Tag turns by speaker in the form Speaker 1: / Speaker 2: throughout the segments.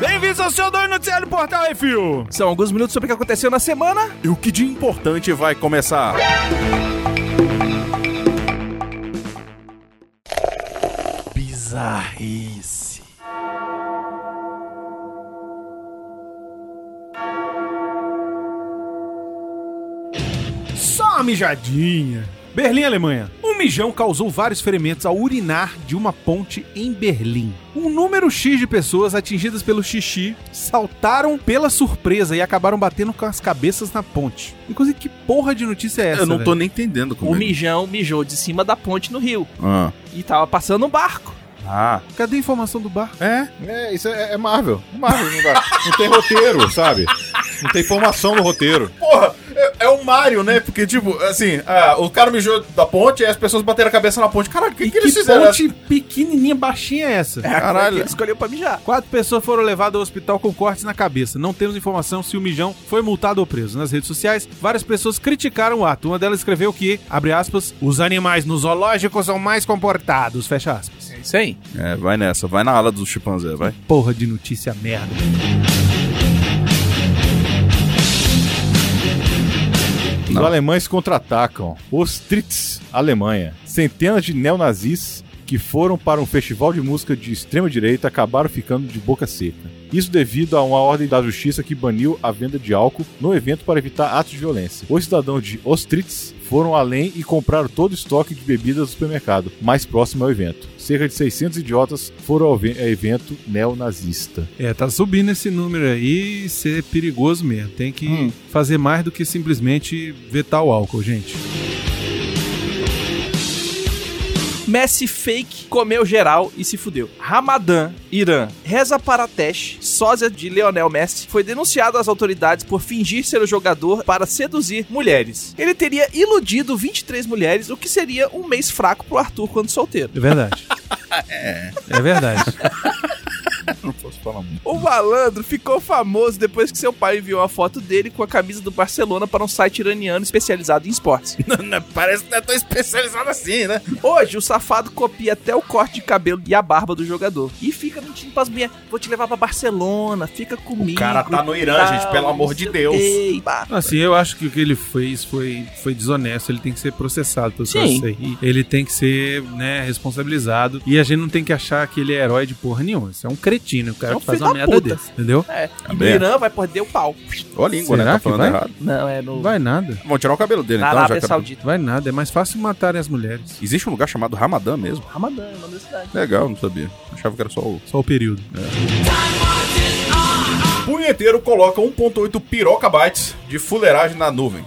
Speaker 1: Bem-vindos ao seu dois noticiário Portal Refil.
Speaker 2: São alguns minutos sobre o que aconteceu na semana.
Speaker 1: E o que de importante vai começar?
Speaker 2: Bizarrice.
Speaker 1: Só uma mijadinha. Berlim, Alemanha. Um mijão causou vários ferimentos ao urinar de uma ponte em Berlim. Um número X de pessoas atingidas pelo xixi saltaram pela surpresa e acabaram batendo com as cabeças na ponte. Inclusive, que porra de notícia é essa?
Speaker 3: Eu não tô
Speaker 1: velho? Um
Speaker 3: nem entendendo como
Speaker 2: O
Speaker 3: é.
Speaker 2: mijão mijou de cima da ponte no rio
Speaker 3: Ah.
Speaker 2: e tava passando um barco.
Speaker 3: Ah.
Speaker 1: Cadê a informação do bar?
Speaker 4: É, é, isso é, é Marvel. É Marvel, não, dá. não tem roteiro, sabe? Não tem formação no roteiro.
Speaker 3: Porra, é, é o Mario, né? Porque, tipo, assim, ah, o cara mijou da ponte e as pessoas bateram a cabeça na ponte. Caralho, o que,
Speaker 1: E
Speaker 3: que eles fizeram?
Speaker 1: ponte pequenininha, baixinha é essa?
Speaker 2: É a coisa
Speaker 3: Caralho.
Speaker 2: que ele escolheu pra mijar.
Speaker 1: Quatro pessoas foram levadas ao hospital com cortes na cabeça. Não temos informação se o mijão foi multado ou preso. Nas redes sociais, várias pessoas criticaram o ato. Uma delas escreveu que, abre aspas, os animais no zoológico são mais comportados, fecha aspas.
Speaker 2: É isso aí.
Speaker 3: É, vai nessa, vai na ala do chimpanzé, vai.
Speaker 1: Porra de notícia merda.
Speaker 3: Não.
Speaker 4: Os alemães contra-atacam. Os Trits, Alemanha. Centenas de neonazis que foram para um festival de música de extrema-direita acabaram ficando de boca seca. Isso devido a uma ordem da justiça que baniu a venda de álcool no evento para evitar atos de violência. Os cidadãos de Ostritz foram além e compraram todo o estoque de bebidas do supermercado mais próximo ao evento. Cerca de 600 idiotas foram ao ve- ao evento neonazista.
Speaker 1: É, tá subindo esse número aí e ser perigoso mesmo. Tem que fazer mais do que simplesmente vetar o álcool, gente.
Speaker 2: Messi fake comeu geral e se fudeu. Ramadã, Irã. Reza Paratesh, sósia de Lionel Messi, foi denunciado às autoridades por fingir ser o jogador para seduzir mulheres. Ele teria iludido 23 mulheres, o que seria um mês fraco pro Arthur quando solteiro.
Speaker 1: É verdade. É verdade.
Speaker 3: Não posso falar muito.
Speaker 2: O malandro ficou famoso depois que seu pai enviou uma foto dele com a camisa do Barcelona para um site iraniano especializado em esportes.
Speaker 3: Parece que não é tão especializado assim, né?
Speaker 2: Hoje, o safado copia até o corte de cabelo e a barba do jogador. E fica mentindo pras minhas. Vou te levar pra Barcelona, fica comigo.
Speaker 3: cara tá no Irã,
Speaker 2: tal,
Speaker 3: gente, pelo
Speaker 2: não
Speaker 3: amor
Speaker 2: sei
Speaker 3: de
Speaker 2: o
Speaker 3: Deus.
Speaker 2: quê, e pá.
Speaker 1: Assim, eu acho que o que ele fez foi, foi desonesto. Ele tem que ser processado pelo
Speaker 2: Sim.
Speaker 1: processo aí. Ele tem que ser né, responsabilizado. E a gente não tem que achar que ele é herói de porra nenhuma. Isso é um cretino. O cara
Speaker 2: É um
Speaker 1: que faz
Speaker 2: filho
Speaker 1: uma
Speaker 2: da
Speaker 1: merda
Speaker 2: puta.
Speaker 1: desse. Entendeu?
Speaker 2: É, e no
Speaker 3: bem.
Speaker 2: Irã vai perder o pau.
Speaker 3: Ó a língua,
Speaker 1: Será
Speaker 3: né? Tá
Speaker 1: que
Speaker 3: falando
Speaker 1: vai?
Speaker 3: errado.
Speaker 2: Não, é no.
Speaker 1: Vai nada.
Speaker 3: Vão tirar o cabelo dele,
Speaker 2: na
Speaker 3: então, já
Speaker 2: Arábia
Speaker 3: que era-
Speaker 2: Saudita.
Speaker 1: Vai nada. É mais fácil matarem as mulheres.
Speaker 3: Existe um lugar chamado Ramadã mesmo?
Speaker 2: Ramadã, é o nome da cidade.
Speaker 3: Legal, não sabia. Achava que era só o...
Speaker 1: Só o período.
Speaker 3: Punheteiro coloca 1.8 piroca bytes de fuleiragem na nuvem.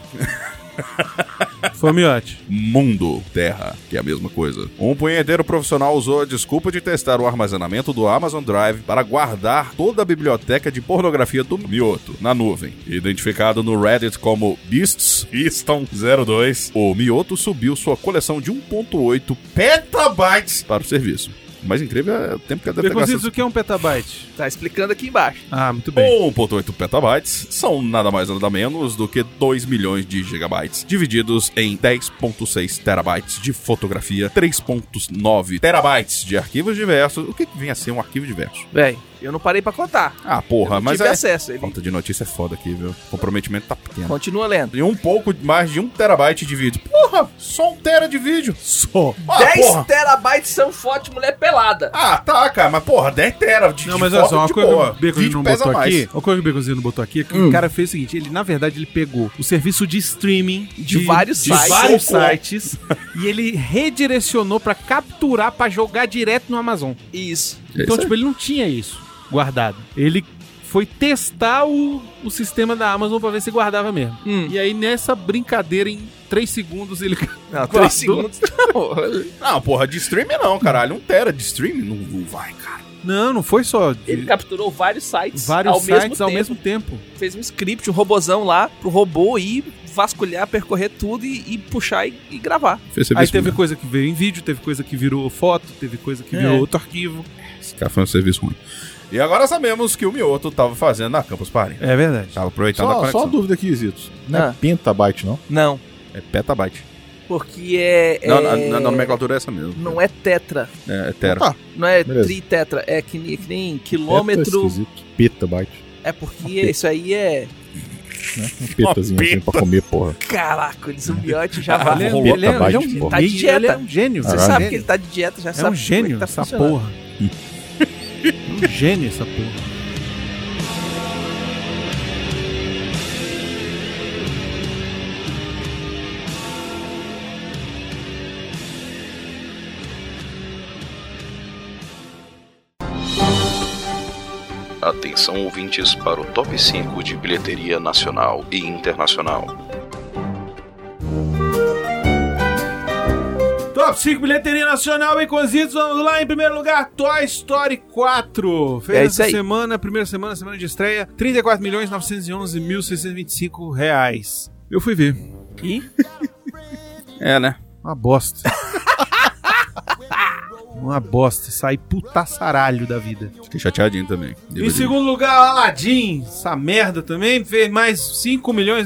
Speaker 1: Fomiote.
Speaker 3: mundo, terra, que é a mesma coisa. Um punheteiro profissional usou a desculpa de testar o armazenamento do Amazon Drive para guardar toda a biblioteca de pornografia do Mioto na nuvem. Identificado no Reddit como Beasts Easton 02, o Mioto subiu sua coleção de 1.8 petabytes para o serviço. O mais incrível é o tempo que a delegacia
Speaker 1: Preconciso, o que é um petabyte?
Speaker 2: Tá explicando aqui embaixo.
Speaker 1: Ah, muito bem.
Speaker 3: 1.8 petabytes são nada mais nada menos do que 2 milhões de gigabytes, divididos em 10.6 terabytes de fotografia, 3.9 terabytes de arquivos diversos. O que, que vem a ser um arquivo diverso?
Speaker 2: Véi, eu não parei pra contar.
Speaker 3: Ah, porra,
Speaker 2: eu não
Speaker 3: mas
Speaker 2: tive
Speaker 3: é...
Speaker 2: acesso. Ele
Speaker 3: Falta de notícia é foda aqui, viu? O comprometimento tá pequeno.
Speaker 2: continua lendo.
Speaker 3: E um pouco mais de 1 terabyte de vídeo. Porra, só 1 tera de vídeo.
Speaker 1: Só.
Speaker 3: Ah,
Speaker 2: 10
Speaker 3: porra.
Speaker 2: terabytes são foto de mulher pelada.
Speaker 3: Ah, tá, cara, mas porra, 10 tera de
Speaker 1: Não, mas
Speaker 3: de
Speaker 1: olha
Speaker 3: foto
Speaker 1: só, uma
Speaker 3: de
Speaker 1: coisa que
Speaker 3: boa.
Speaker 1: o Baconzinho
Speaker 3: Vídeo
Speaker 1: não
Speaker 3: pesa
Speaker 1: botou
Speaker 3: mais. Hum.
Speaker 1: aqui. Uma coisa que o Baconzinho não botou aqui é que o cara fez o seguinte: ele, na verdade, ele pegou o serviço de streaming
Speaker 2: De vários
Speaker 1: de
Speaker 2: sites.
Speaker 1: vários
Speaker 3: Socorro.
Speaker 1: sites e ele redirecionou pra capturar pra jogar direto no Amazon.
Speaker 2: Isso.
Speaker 1: Então,
Speaker 3: É isso aí.
Speaker 1: tipo, ele não tinha isso guardado. Ele foi testar o, o sistema da Amazon pra ver se guardava mesmo.
Speaker 2: Hum.
Speaker 1: E aí, nessa brincadeira, em 3 segundos, ele.
Speaker 3: Ah,
Speaker 2: Não,
Speaker 1: Guardou.
Speaker 2: 3 segundos. Não.
Speaker 3: Não, porra, de streaming não, caralho. 1 tera de streaming não, não vai, cara.
Speaker 1: Não, não foi só.
Speaker 2: Ele capturou vários sites
Speaker 1: Vários
Speaker 2: ao
Speaker 1: sites
Speaker 2: mesmo
Speaker 1: ao
Speaker 2: tempo.
Speaker 1: mesmo tempo.
Speaker 2: Fez um script, um robozão lá pro robô ir vasculhar, percorrer tudo e, e puxar e, e gravar.
Speaker 3: Fez serviço
Speaker 1: Aí teve
Speaker 3: ruim.
Speaker 1: coisa que veio em vídeo, teve coisa que virou foto, teve coisa que virou outro arquivo.
Speaker 3: Esse cara foi um serviço ruim. E agora sabemos que o Mioto tava fazendo na Campus Party.
Speaker 1: É
Speaker 2: Tá
Speaker 1: verdade.
Speaker 3: Tava aproveitando a
Speaker 4: Só, só
Speaker 3: conexão.
Speaker 4: uma dúvida aqui, Zitos. é Não
Speaker 2: Ah.
Speaker 4: é pentabyte, não?
Speaker 2: Não.
Speaker 3: É petabyte.
Speaker 2: Porque é.
Speaker 3: Não,
Speaker 2: é-
Speaker 3: na, na- na nomenclatura é essa mesmo.
Speaker 2: Não é tetra,
Speaker 3: É, é tera.
Speaker 1: Tá.
Speaker 2: não é
Speaker 4: Beleza.
Speaker 2: tritetra, é que, nem- que nem
Speaker 4: Peta é
Speaker 2: quilômetro.
Speaker 4: esquisito. Petabyte.
Speaker 2: É porque isso aí é.
Speaker 4: Um petazinho assim pra comer, porra.
Speaker 2: Caraca, o Zambiote já
Speaker 3: Ah,
Speaker 1: Ele
Speaker 2: valeu.
Speaker 1: é, ele é- ele é um,
Speaker 4: Ele
Speaker 2: tá de
Speaker 1: ele
Speaker 2: dieta.
Speaker 1: é um gênio.
Speaker 2: Você
Speaker 1: cara.
Speaker 2: sabe
Speaker 1: Gênio.
Speaker 2: que ele tá de dieta, já
Speaker 1: É
Speaker 2: sabe.
Speaker 1: um gênio
Speaker 2: como é que tá
Speaker 1: essa
Speaker 2: funcionando.
Speaker 1: porra. é um gênio essa porra.
Speaker 5: Atenção ouvintes para o top 5 de bilheteria nacional e internacional.
Speaker 1: Top 5 bilheteria nacional, baconzitos. Vamos lá, em primeiro lugar, Toy Story 4. Fez
Speaker 2: É isso
Speaker 1: essa
Speaker 2: aí.
Speaker 1: semana, primeira semana, semana de estreia, 34.911.625 reais. Eu fui ver.
Speaker 2: E
Speaker 3: É, né?
Speaker 1: Uma bosta. Uma bosta. Sai putaçaralho da vida.
Speaker 3: Fiquei chateadinho também.
Speaker 1: Em segundo lugar, Aladdin, essa merda também, fez mais 5 milhões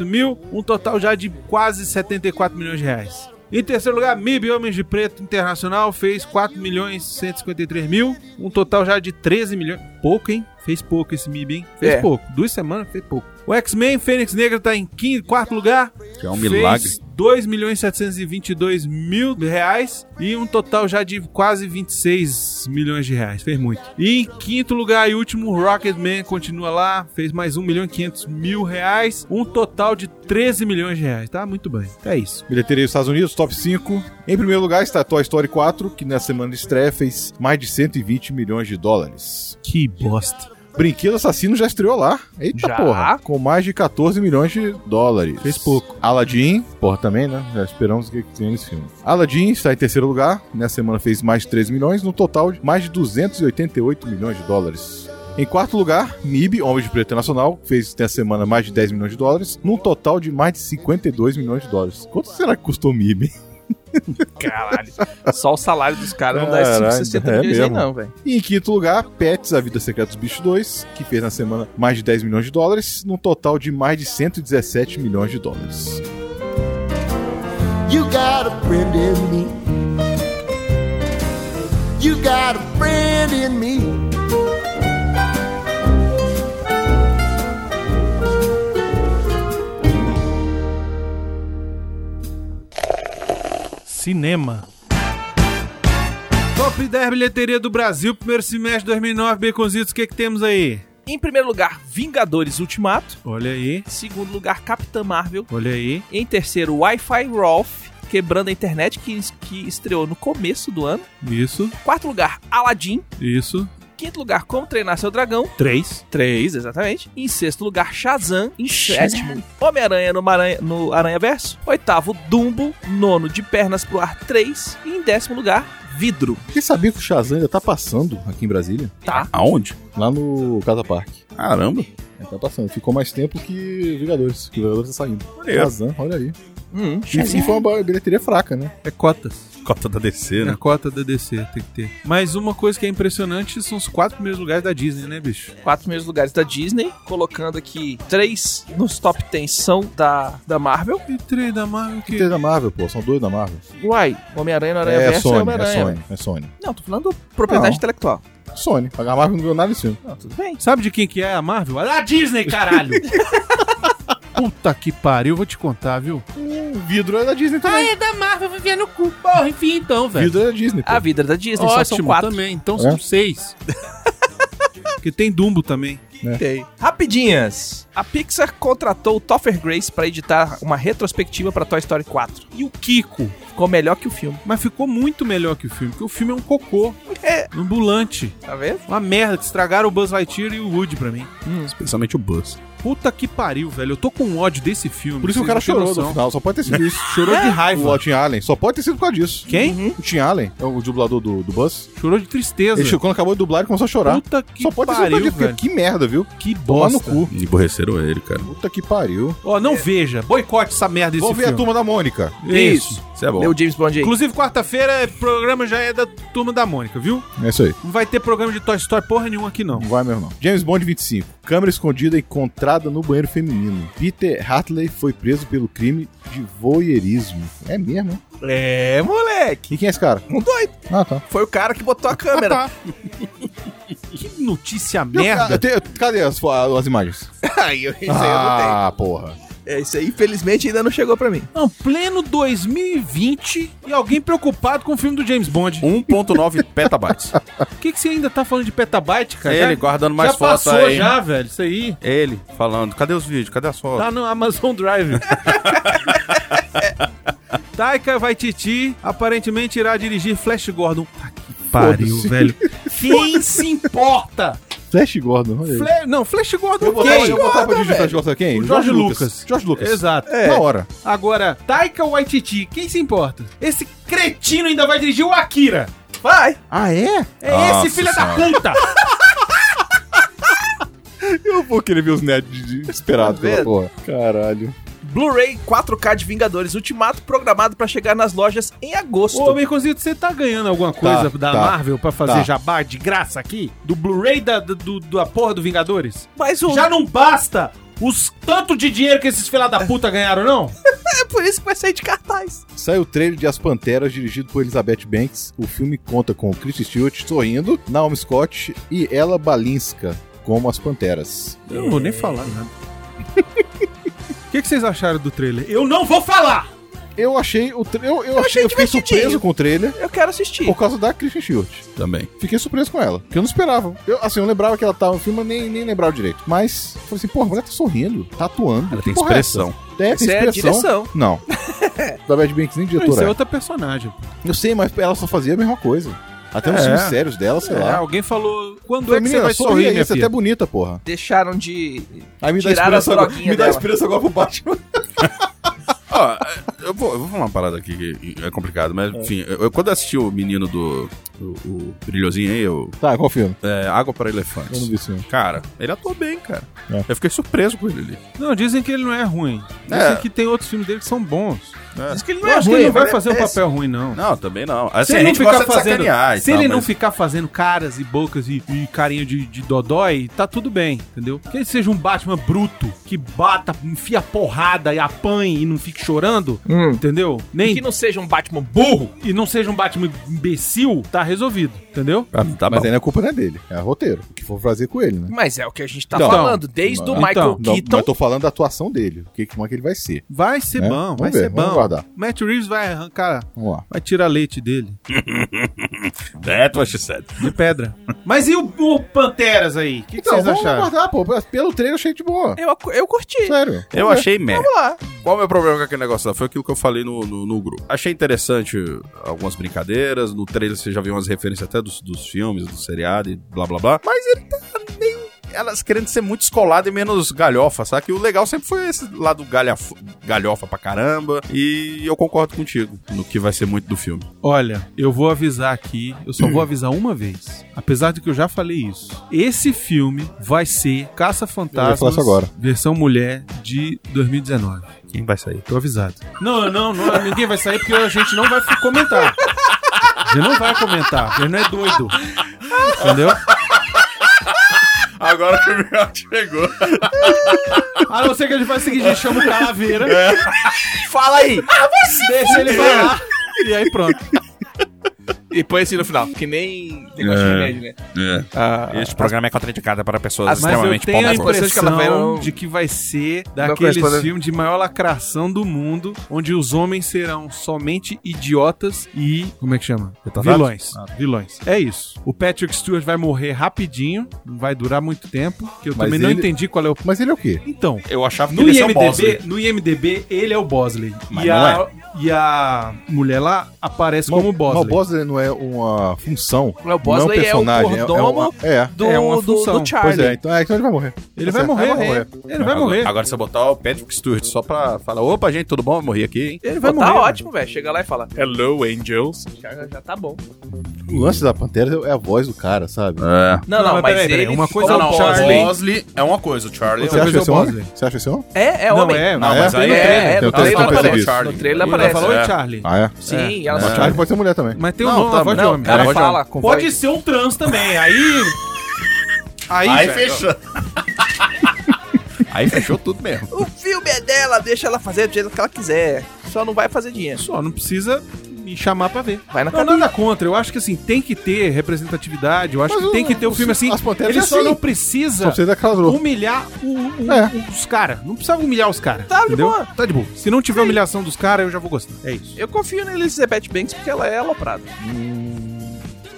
Speaker 1: mil, um total já de quase 74 milhões de reais. Em terceiro lugar, MIB Homens de Preto Internacional fez 4 milhões 153 mil, um total já de 13 milhões. Pouco, hein? Fez pouco esse MIB, hein? Fez
Speaker 2: É.
Speaker 1: pouco. Duas semanas, fez pouco. O X-Men Fênix Negra tá em quinto, quarto lugar,
Speaker 3: É um milagre.
Speaker 1: Fez 2 milhões 722 mil reais e um total já de quase 26 milhões de reais. Fez muito. E em quinto lugar e último, Rocketman continua lá, fez mais 1 milhão e 500 mil reais, um total de 13 milhões de reais. Tá muito bem. É isso.
Speaker 4: Bilheteria dos Estados Unidos, top 5. Em primeiro lugar está Toy Story 4, que na semana de estreia fez mais de 120 milhões de dólares.
Speaker 1: Que bosta.
Speaker 4: Brinquedo Assassino já estreou lá. Eita
Speaker 2: Já?
Speaker 4: porra. Com mais de 14 milhões de dólares.
Speaker 1: Fez pouco.
Speaker 4: Aladdin, porra também, né? Já esperamos o que que tem nesse filme. Aladdin está em terceiro lugar. Nessa semana fez mais de 13 milhões. No total, mais de 288 milhões de dólares. Em quarto lugar, MIB, Homem de Preto Internacional, fez nessa semana mais de 10 milhões de dólares, num total de mais de 52 milhões de dólares. Quanto será que custou o MIB?
Speaker 2: caralho. Só o salário dos caras não dá
Speaker 4: Caralho,
Speaker 2: esses 60
Speaker 4: é
Speaker 2: milhões aí,
Speaker 4: mesmo.
Speaker 2: não, velho.
Speaker 4: E em quinto lugar, Pets, A Vida Secreta dos Bichos 2, que fez na semana mais de 10 milhões de dólares, num total de mais de 117 milhões de dólares.
Speaker 6: You got a friend in me. You got a friend in me.
Speaker 1: Cinema. Top 10 bilheteria do Brasil, primeiro semestre de 2009, Beconzitos, o que que temos aí?
Speaker 2: Em primeiro lugar, Vingadores Ultimato.
Speaker 1: Olha aí,
Speaker 2: Em segundo lugar, Capitã Marvel.
Speaker 1: olha aí.
Speaker 2: Em terceiro, Wi-Fi Rolf, quebrando a internet, que, que estreou no começo do ano.
Speaker 1: Isso,
Speaker 2: Quarto lugar, Aladdin.
Speaker 1: isso.
Speaker 2: Quinto lugar, Como Treinar Seu Dragão.
Speaker 1: 3.
Speaker 2: Três, exatamente. Em sexto lugar, Shazam. Em sétimo, Homem-Aranha no, Maranha- no Aranha Verso. Oitavo, Dumbo. Nono, De Pernas pro Ar 3. E em décimo lugar, Vidro.
Speaker 4: Vocês sabiam que o Shazam ainda tá passando aqui em Brasília?
Speaker 2: Tá?
Speaker 3: Aonde?
Speaker 4: Lá no Casa Parque.
Speaker 3: Caramba.
Speaker 4: Ele tá passando. Ficou mais tempo que Vingadores, que o Vingadores tá saindo.
Speaker 3: Maneiro.
Speaker 4: Shazam, olha aí.
Speaker 2: Hum.
Speaker 4: E sim, foi uma bilheteria fraca, né?
Speaker 1: É cotas.
Speaker 3: Cota da DC,
Speaker 2: né?
Speaker 1: É a cota da DC, tem que ter. Mas uma coisa que é impressionante são os quatro primeiros lugares da Disney, né, bicho?
Speaker 2: Quatro primeiros lugares da Disney. Colocando aqui três nos top 10 são da, da Marvel.
Speaker 1: E três da Marvel
Speaker 4: Que
Speaker 1: que.
Speaker 4: três da Marvel, pô. São dois da Marvel.
Speaker 2: Uai, Homem-Aranha no Aranha
Speaker 4: É,
Speaker 2: Verso é
Speaker 4: Sony, é
Speaker 2: Homem-Aranha.
Speaker 4: Sony,
Speaker 2: velho.
Speaker 4: é Sony.
Speaker 2: Não, tô falando propriedade
Speaker 4: Não.
Speaker 2: intelectual.
Speaker 4: Sony. A Marvel não ganhou nada desse filme.
Speaker 2: Não, tudo bem.
Speaker 1: Sabe de quem que é a Marvel? A Disney, caralho! Puta que pariu, vou te contar, viu?
Speaker 4: O vidro é da Disney também.
Speaker 1: Ah, da Marvel, vai ver no cu. Porra, enfim, então,
Speaker 4: O vidro é da Disney, pô.
Speaker 2: A vida da Disney, só são
Speaker 1: Ótimo,
Speaker 2: quatro.
Speaker 1: também. Então são
Speaker 4: É?
Speaker 1: seis. Porque tem Dumbo também.
Speaker 2: É. Rapidinhas. A Pixar contratou o Topher Grace pra editar uma retrospectiva pra Toy Story 4.
Speaker 1: E o Kiko.
Speaker 2: Ficou melhor que o filme.
Speaker 1: Mas ficou muito melhor que o filme, porque o filme é um cocô.
Speaker 2: É.
Speaker 1: Ambulante.
Speaker 2: Tá vendo?
Speaker 1: Uma merda que estragaram o Buzz Lightyear e o Woody pra mim.
Speaker 3: Especialmente o Buzz.
Speaker 1: Puta que pariu, velho. Eu tô com ódio desse filme.
Speaker 4: Por isso que o
Speaker 1: vocês
Speaker 4: cara
Speaker 1: não têm
Speaker 4: chorou
Speaker 1: noção.
Speaker 4: no final. Só pode ter sido isso.
Speaker 1: Chorou de
Speaker 4: O
Speaker 1: raiva.
Speaker 4: Tim Allen. Só pode ter sido por causa disso.
Speaker 1: Quem?
Speaker 4: O Tim Allen, é o dublador do, do Buzz.
Speaker 1: Chorou de tristeza.
Speaker 4: Ele, chegou- quando acabou de dublar, ele começou a chorar.
Speaker 1: Puta que
Speaker 4: Só pode ter sido
Speaker 1: pariu,
Speaker 4: por causa disso,
Speaker 1: velho.
Speaker 4: porque que merda, merda, viu?
Speaker 1: Que
Speaker 4: Toma
Speaker 1: bosta.
Speaker 4: no cu.
Speaker 3: Emborreceram ele, cara.
Speaker 4: Puta que pariu.
Speaker 1: Ó, não veja. Boicote essa merda esse
Speaker 4: Vamos ver a
Speaker 1: filme.
Speaker 4: turma da Mônica.
Speaker 1: Isso.
Speaker 3: Isso é bom.
Speaker 2: Lê o James Bond aí.
Speaker 1: Inclusive, quarta-feira, o programa já é da turma da Mônica, viu?
Speaker 4: É isso aí.
Speaker 1: Não vai ter programa de Toy Story porra nenhuma aqui, não.
Speaker 4: Não vai mesmo não. James Bond 25. Câmera escondida encontrada no banheiro feminino. Peter Hartley foi preso pelo crime de voyeurismo. É mesmo, hein?
Speaker 2: É, moleque.
Speaker 4: E quem é esse cara?
Speaker 2: Um doido.
Speaker 4: Ah, tá.
Speaker 2: Foi o cara que botou a câmera.
Speaker 4: Ah, tá.
Speaker 1: Que notícia
Speaker 4: Eu-
Speaker 1: merda.
Speaker 4: eu- eu- cadê as, fo- as imagens?
Speaker 2: Ai, eu- isso aí eu não
Speaker 4: ah, porra.
Speaker 2: tenho. É, isso aí, infelizmente, ainda não chegou pra mim.
Speaker 1: Não, pleno 2020 e alguém preocupado com o filme do James Bond.
Speaker 3: 1.9 petabytes.
Speaker 1: Por que, que você ainda tá falando de petabyte, cara? já,
Speaker 3: ele guardando mais
Speaker 1: já
Speaker 3: fotos
Speaker 1: passou
Speaker 3: aí.
Speaker 1: já, velho. Isso aí
Speaker 3: Ele falando, cadê os vídeos? Cadê as fotos?
Speaker 1: tá no Amazon Drive. Taika Waititi aparentemente irá dirigir Flash Gordon. Tá que pariu,
Speaker 4: Foda-se.
Speaker 1: velho. Quem se importa?
Speaker 4: Flash Gordon, olha aí.
Speaker 1: Fle- não, Flash Gordon
Speaker 4: Eu vou botar,
Speaker 1: quem?
Speaker 4: eu vou botar pra dirigir Flash Gordon sabe quem?
Speaker 1: O Jorge Lucas.
Speaker 4: Jorge Lucas. É.
Speaker 1: Exato.
Speaker 4: Na hora.
Speaker 1: Agora, Taika Waititi, quem se importa? Esse cretino ainda vai dirigir o Akira.
Speaker 2: Vai.
Speaker 4: Ah, é?
Speaker 1: É
Speaker 3: Nossa
Speaker 1: esse filho da
Speaker 3: Senhora.
Speaker 1: puta!
Speaker 4: Eu vou querer ver os nerds desesperados
Speaker 2: Tá
Speaker 4: pela
Speaker 2: vendo?
Speaker 4: porra. Caralho.
Speaker 2: Blu-ray 4K de Vingadores Ultimato programado pra chegar nas lojas em agosto.
Speaker 1: Ô, Merconzito, você tá ganhando alguma coisa
Speaker 4: Tá,
Speaker 1: da
Speaker 4: tá,
Speaker 1: Marvel pra fazer
Speaker 4: tá.
Speaker 1: jabá de graça aqui? Do Blu-ray da, do- do- da porra do Vingadores?
Speaker 2: Mas o...
Speaker 1: Já não basta os tanto de dinheiro que esses filha da puta ganharam, não?
Speaker 2: é por isso que vai sair de cartaz.
Speaker 4: Saiu o trailer de As Panteras, dirigido por Elizabeth Banks. O filme conta com Chris Stewart sorrindo, Naomi Scott e Ella Balinska como As Panteras.
Speaker 1: Eu não vou nem falar nada. O que, que vocês acharam do trailer? Eu não vou falar!
Speaker 4: Eu achei o tra- eu, eu, achei, eu fiquei
Speaker 2: divertidinho.
Speaker 4: surpreso com o trailer
Speaker 2: Eu quero assistir.
Speaker 4: por causa da Christian Stewart.
Speaker 1: Tá.
Speaker 3: Também.
Speaker 4: Fiquei surpreso com ela, que eu não esperava. Eu, assim, eu lembrava que ela tava no filme, mas nem, nem lembrava direito. Mas, eu falei assim, pô, a mulher tá sorrindo, tá atuando.
Speaker 3: Ela tem
Speaker 4: Que porra é
Speaker 3: expressão.
Speaker 4: essa? É, tem
Speaker 2: Isso é
Speaker 4: expressão.
Speaker 2: direção.
Speaker 4: Não. Elizabeth Banks nem
Speaker 1: Isso é
Speaker 4: diretora. é.
Speaker 1: outra personagem. pô.
Speaker 4: Eu sei, mas ela só fazia a mesma coisa. Até nos
Speaker 1: É.
Speaker 4: filmes sérios dela, sei
Speaker 1: É,
Speaker 4: lá.
Speaker 1: alguém falou, quando
Speaker 4: Falei,
Speaker 1: é que você
Speaker 4: "Menina,
Speaker 1: vai
Speaker 4: sorri
Speaker 1: sorrir,
Speaker 4: aí,
Speaker 1: minha
Speaker 4: você é
Speaker 1: filha?
Speaker 4: até bonita, porra.
Speaker 2: Deixaram de...
Speaker 4: Aí me
Speaker 2: Tiraram as
Speaker 4: agora.
Speaker 2: droguinhas
Speaker 4: Me dá
Speaker 2: dela.
Speaker 4: esperança agora pro Batman.
Speaker 3: Ó, é, eu vou, eu vou falar uma parada aqui que é complicado, mas enfim, eu, eu- quando eu assisti o menino do. O, o brilhozinho aí, o,
Speaker 4: Tá, qual filme?
Speaker 3: é, Água para
Speaker 4: Eu não
Speaker 3: Elefantes.
Speaker 4: vi esse filme.
Speaker 1: Tá
Speaker 3: Cara, ele atuou bem, cara.
Speaker 4: É.
Speaker 3: Eu fiquei surpreso com ele ali.
Speaker 1: Não, dizem que ele não é ruim. Dizem
Speaker 3: É.
Speaker 1: que tem outros filmes dele que são bons.
Speaker 2: Diz que ele
Speaker 1: Eu acho que ele não vai fazer um
Speaker 2: papel.
Speaker 1: papel ruim, não.
Speaker 3: Não, também não.
Speaker 1: Se
Speaker 3: Assim, a
Speaker 1: ele não
Speaker 3: gente
Speaker 1: ficar
Speaker 3: gosta de
Speaker 1: fazendo,
Speaker 3: sacanear e
Speaker 1: se
Speaker 3: tal,
Speaker 1: ele não
Speaker 3: mas-
Speaker 1: ficar fazendo caras e bocas e, e carinho de, de dodói, tá tudo bem, entendeu? Que ele seja um Batman bruto, que bata, enfia porrada e apanhe e não fique chorando, entendeu? Nem
Speaker 2: Que não seja um Batman burro.
Speaker 1: e não seja um Batman imbecil, tá resolvido, entendeu?
Speaker 3: Ah, tá
Speaker 4: Mas
Speaker 3: bom.
Speaker 4: aí não é culpa não é dele. É roteiro. O que for fazer com ele, né?
Speaker 2: Mas é o que a gente tá
Speaker 1: Então,
Speaker 2: falando. Desde o
Speaker 4: então,
Speaker 2: Michael
Speaker 4: Não,
Speaker 2: Keaton.
Speaker 4: mas tô falando da atuação dele. O que, como é que ele vai ser?
Speaker 1: Vai ser
Speaker 4: É,
Speaker 1: bom,
Speaker 4: vamos
Speaker 1: vai
Speaker 4: ver,
Speaker 1: ser
Speaker 4: vamos
Speaker 1: bom.
Speaker 4: aguardar.
Speaker 1: Matt Reeves vai arrancar,
Speaker 4: Vamos lá.
Speaker 1: vai tirar leite dele
Speaker 3: That's what she said.
Speaker 1: de pedra. Mas e o, o Panteras aí? O que, que
Speaker 4: Então,
Speaker 1: vocês
Speaker 4: vamos
Speaker 1: acharam?
Speaker 4: aguardar, pô. Pelo trailer eu achei de boa.
Speaker 2: Eu, ac- eu curti.
Speaker 4: Sério.
Speaker 3: Eu
Speaker 4: Vamos ver.
Speaker 3: achei merda.
Speaker 2: Vamos lá.
Speaker 3: Qual o meu problema com aquele negócio lá? Foi aquilo que eu falei no, no, no grupo. Achei interessante algumas brincadeiras. No trailer você já viu umas referências até dos, dos filmes, do seriado e blá blá blá. Mas ele tá meio. Elas querendo ser muito descolado e menos galhofa, sabe? Que o legal sempre foi esse lado galhaf- galhofa pra caramba. E eu concordo contigo no que vai ser muito do filme.
Speaker 1: Olha, eu vou avisar aqui, eu só vou avisar uma vez. Apesar de que eu já falei isso. Esse filme vai ser
Speaker 4: Eu ia falar
Speaker 1: Caça-Fantasmas,
Speaker 4: isso agora.
Speaker 1: versão mulher de 2019.
Speaker 3: Quem vai sair?
Speaker 1: Tô avisado. Não, não, não, ninguém vai sair porque a gente não vai f- comentar. A gente não vai comentar, porque não é doido. Entendeu?
Speaker 3: Agora que o Miotti chegou.
Speaker 1: A não ser que a gente faça o seguinte, a gente chama o Calaveira,
Speaker 2: Fala aí.
Speaker 1: deixa ele falar, e aí pronto.
Speaker 2: E põe assim no final. Que nem negócio
Speaker 3: É.
Speaker 2: de remédio, né? Ah,
Speaker 3: Este programa é contraindicado para pessoas
Speaker 2: As-
Speaker 1: Ah, Mas eu
Speaker 3: extremamente
Speaker 1: tenho a
Speaker 2: poucas coisas que ela vai-
Speaker 1: impressão
Speaker 2: não-
Speaker 1: de que vai ser daqueles
Speaker 2: corresponde-
Speaker 1: filmes de maior lacração do mundo, onde os homens serão somente idiotas e. Como é que chama? Vilões.
Speaker 4: Ah, tá.
Speaker 1: Vilões. É isso. O Patrick Stewart vai morrer rapidinho, não vai durar muito tempo, que eu
Speaker 4: Mas
Speaker 1: também não
Speaker 4: ele-
Speaker 1: entendi qual é o.
Speaker 4: Mas ele é o quê?
Speaker 1: Então.
Speaker 3: Eu achava que
Speaker 1: No
Speaker 3: ele ia ser um
Speaker 1: IMDB,
Speaker 3: boss, né?
Speaker 1: no IMDB, ele é o Bosley.
Speaker 3: Mas
Speaker 1: e
Speaker 3: não
Speaker 1: a E a mulher lá aparece
Speaker 4: Mas
Speaker 1: como boss.
Speaker 4: mas o Bosley não é uma função.
Speaker 2: O Léo
Speaker 4: não é um
Speaker 2: Bosley é o
Speaker 4: personagem. é,
Speaker 2: mordomo
Speaker 4: é, uma, é.
Speaker 2: do,
Speaker 1: É uma
Speaker 2: do- do,
Speaker 1: função.
Speaker 4: Pois é,
Speaker 2: Charlie.
Speaker 4: então, é, então ele vai morrer.
Speaker 1: Ele vai
Speaker 4: Tá certo,
Speaker 1: morrer,
Speaker 4: vai morrer. é
Speaker 1: Ele vai
Speaker 3: Agora-
Speaker 1: morrer.
Speaker 3: Agora você botar o Patrick Stewart só pra falar: opa, gente, tudo bom? Vai morrer aqui, hein?
Speaker 1: Ele
Speaker 2: Pô,
Speaker 1: vai
Speaker 2: tá
Speaker 1: morrer.
Speaker 2: ótimo, velho. Chega lá e fala.
Speaker 3: Hello, Angels.
Speaker 2: Já, já tá bom.
Speaker 4: O lance da Pantera é a voz do cara, sabe?
Speaker 3: É.
Speaker 2: Não, não,
Speaker 1: mas
Speaker 2: mas
Speaker 1: peraí, peraí,
Speaker 2: ele...
Speaker 1: uma coisa
Speaker 2: Não,
Speaker 1: é o
Speaker 2: não,
Speaker 1: Charlie.
Speaker 2: Bosley-
Speaker 3: Bosley é uma coisa, o Charlie
Speaker 4: Você
Speaker 1: é
Speaker 3: outra.
Speaker 1: o
Speaker 4: acha que esse é
Speaker 1: Bosley.
Speaker 4: homem? Você acha esse homem?
Speaker 2: É, é
Speaker 1: Não,
Speaker 2: homem.
Speaker 1: é,
Speaker 3: Não, mas aí
Speaker 2: É, é,
Speaker 3: é.
Speaker 2: no
Speaker 4: Eu tenho
Speaker 2: trailer ela
Speaker 4: certeza
Speaker 2: aparece.
Speaker 4: disso.
Speaker 2: No trailer ela
Speaker 1: Ela
Speaker 2: aparece.
Speaker 1: falou
Speaker 3: É.
Speaker 1: "Oi, Charlie.
Speaker 4: Ah, é?
Speaker 2: Sim, ela
Speaker 4: Mas
Speaker 2: só-
Speaker 4: Charlie pode ser mulher também.
Speaker 1: Mas tem um
Speaker 3: Não,
Speaker 1: nome,
Speaker 3: tá,
Speaker 1: a voz de
Speaker 2: Não,
Speaker 1: homem.
Speaker 2: ela
Speaker 1: Pode-
Speaker 2: fala. com
Speaker 1: Pode
Speaker 2: voz-
Speaker 1: ser um trans também. Aí. Aí,
Speaker 3: Aí
Speaker 1: velho,
Speaker 3: fechou. Aí fechou tudo mesmo.
Speaker 2: O filme é dela, deixa ela fazer do jeito que ela quiser. Só não vai fazer dinheiro.
Speaker 1: Só não precisa me chamar pra ver.
Speaker 2: Vai na
Speaker 1: Não,
Speaker 2: cabine.
Speaker 1: nada contra. Eu acho que assim, tem que ter representatividade. Eu acho
Speaker 4: Mas
Speaker 1: que
Speaker 4: o-
Speaker 1: tem que ter um
Speaker 4: os-
Speaker 1: filme assim.
Speaker 4: as Panteras
Speaker 1: Ele
Speaker 4: é
Speaker 1: só
Speaker 4: assim.
Speaker 1: não
Speaker 4: Só
Speaker 1: precisa
Speaker 4: precisa daquela dor.
Speaker 1: humilhar o- o-
Speaker 4: É.
Speaker 1: os caras. Não precisava humilhar os caras.
Speaker 2: Tá de
Speaker 1: entendeu?
Speaker 2: boa.
Speaker 1: Tá de boa. Se não tiver humilhação dos caras, eu já vou gostar. É isso.
Speaker 2: Eu confio na Elizabeth Banks porque ela é aloprada.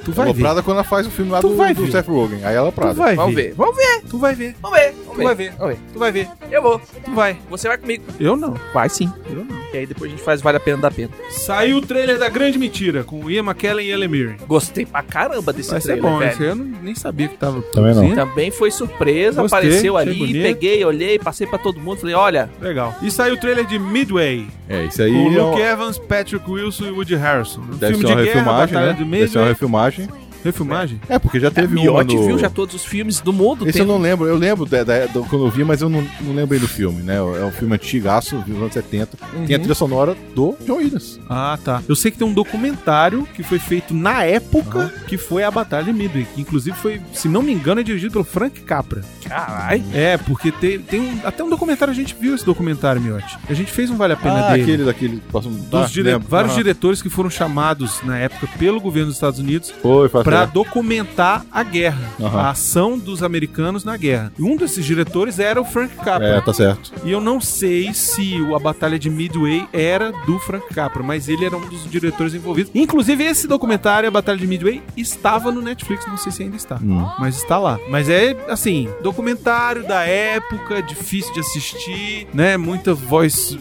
Speaker 1: Tu vai
Speaker 4: Ela
Speaker 1: ver.
Speaker 4: prada quando ela faz o filme lá
Speaker 1: Tu
Speaker 4: do,
Speaker 1: vai
Speaker 4: do
Speaker 1: ver.
Speaker 4: Seth Rogen. Aí é ela
Speaker 1: Tu
Speaker 4: prada.
Speaker 1: vai
Speaker 2: Vamos ver. Vamos ver,
Speaker 1: Tu vai ver.
Speaker 2: vamos ver.
Speaker 1: Tu vai ver.
Speaker 2: Vamos ver.
Speaker 1: Tu vai ver.
Speaker 2: Eu vou.
Speaker 1: Tu vai.
Speaker 2: Você vai comigo.
Speaker 1: Eu não.
Speaker 2: Vai sim.
Speaker 1: Eu não.
Speaker 2: E aí depois a gente faz Vale a Pena da Pena.
Speaker 1: Saiu o trailer da Grande Mentira com Ian McKellen e Ellen Mirren.
Speaker 2: Gostei pra caramba desse
Speaker 1: Vai ser
Speaker 2: trailer,
Speaker 1: bom.
Speaker 2: velho.
Speaker 1: Esse aí é eu não- nem sabia que tava. tá
Speaker 4: Também não.
Speaker 1: produzindo.
Speaker 2: Também foi surpresa,
Speaker 1: Gostei,
Speaker 2: apareceu
Speaker 1: achei
Speaker 2: ali,
Speaker 1: bonito.
Speaker 2: peguei, olhei, passei pra todo mundo, falei, olha,
Speaker 1: Legal. E saiu o trailer de Midway.
Speaker 4: É, isso aí.
Speaker 1: Com
Speaker 4: é um-
Speaker 1: Luke Evans, Patrick Wilson e Woody Harrison. Um
Speaker 4: Deve
Speaker 1: filme
Speaker 4: ser uma
Speaker 1: de guerra,
Speaker 4: refilmagem,
Speaker 1: batalha de
Speaker 4: né? Deve ser uma
Speaker 1: Midway.
Speaker 4: refilmagem.
Speaker 1: Refilmagem?
Speaker 4: É, porque já teve uma
Speaker 2: Miotti
Speaker 4: no...
Speaker 2: viu já todos os filmes do mundo,
Speaker 4: Esse
Speaker 2: tem-
Speaker 4: eu não lembro, eu lembro da, da- do- quando eu vi, mas eu não, não lembrei do filme, né? É um filme antigaço, dos anos 70.
Speaker 1: Uhum.
Speaker 4: Tem a trilha sonora do John Williams.
Speaker 1: Ah, tá. Eu sei que tem um documentário que foi feito na época que foi a Batalha de Midway, que inclusive foi, se não me engano, é dirigido pelo Frank Capra.
Speaker 2: Caralho.
Speaker 1: É, porque tem, tem um, até um documentário, a gente viu esse documentário, Miotti. A gente fez um Vale a Pena dele.
Speaker 4: Ah, aquele daquele. tá, Passou,
Speaker 1: Dos dire- Vários
Speaker 4: direitos.
Speaker 1: diretores que foram chamados na época pelo governo dos Estados Unidos
Speaker 4: Foi, faz
Speaker 1: para documentar a guerra,
Speaker 4: Aham.
Speaker 1: a ação dos americanos na guerra. E um desses diretores era o Frank Capra.
Speaker 4: É, tá certo.
Speaker 1: E eu não sei se o- a Batalha de Midway era do Frank Capra, mas ele era um dos diretores envolvidos. Inclusive, esse documentário, a Batalha de Midway, estava no Netflix, não sei se ainda está.
Speaker 4: Hum.
Speaker 1: Mas está lá. Mas é, assim, documentário da época, difícil de assistir, né? Muita voz.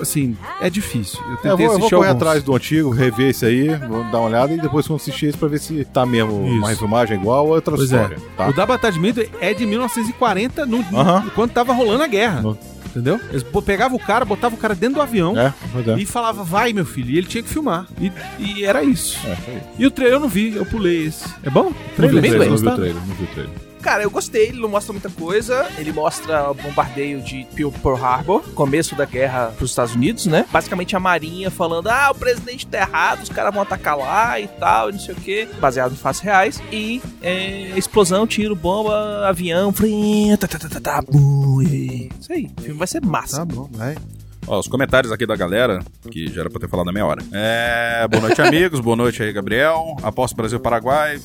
Speaker 1: Assim, é difícil. Eu
Speaker 4: É,
Speaker 1: tentei
Speaker 4: eu vou, eu vou
Speaker 1: assistir
Speaker 4: correr
Speaker 1: alguns.
Speaker 4: atrás do antigo, rever esse aí, vou dar uma olhada e depois quando assistir esse pra ver se tá mesmo
Speaker 1: Isso.
Speaker 4: uma refilmagem igual ou outra
Speaker 1: Pois é.
Speaker 4: história. Tá.
Speaker 1: O da Batalha de Midway é de 1940, no,
Speaker 4: Aham.
Speaker 1: quando tava rolando a guerra.
Speaker 4: No-
Speaker 1: Entendeu? Eles bo- pegavam o cara, botavam o cara dentro do avião.
Speaker 4: É, pois é.
Speaker 1: E falava, vai meu filho, e ele tinha que filmar. E, e era isso.
Speaker 4: É, isso aí. Não
Speaker 1: E o trailer eu não vi, eu pulei esse. É bom?
Speaker 4: vi o
Speaker 2: bem,
Speaker 4: trailer, não
Speaker 2: bem.
Speaker 4: vi o
Speaker 1: gostaram?
Speaker 4: trailer, não vi o trailer.
Speaker 2: Cara, eu gostei, ele não mostra muita coisa. Ele mostra o bombardeio de Pearl Pearl Harbor, começo da guerra pros Estados Unidos, né? Basicamente a marinha falando, ah, o presidente tá errado, os caras vão atacar lá e tal, e não sei o quê. Baseado em fatos reais. E é, explosão, tiro, bomba, avião, frim, tá, tá, tá, tá, tá, bum, e- Isso aí, o filme vai ser massa.
Speaker 1: Tá bom, vai.
Speaker 3: Ó, os comentários aqui da galera, que já era pra ter falado na meia hora. É, boa noite, amigos. Boa noite aí, Gabriel. Aposta Brasil-Paraguai.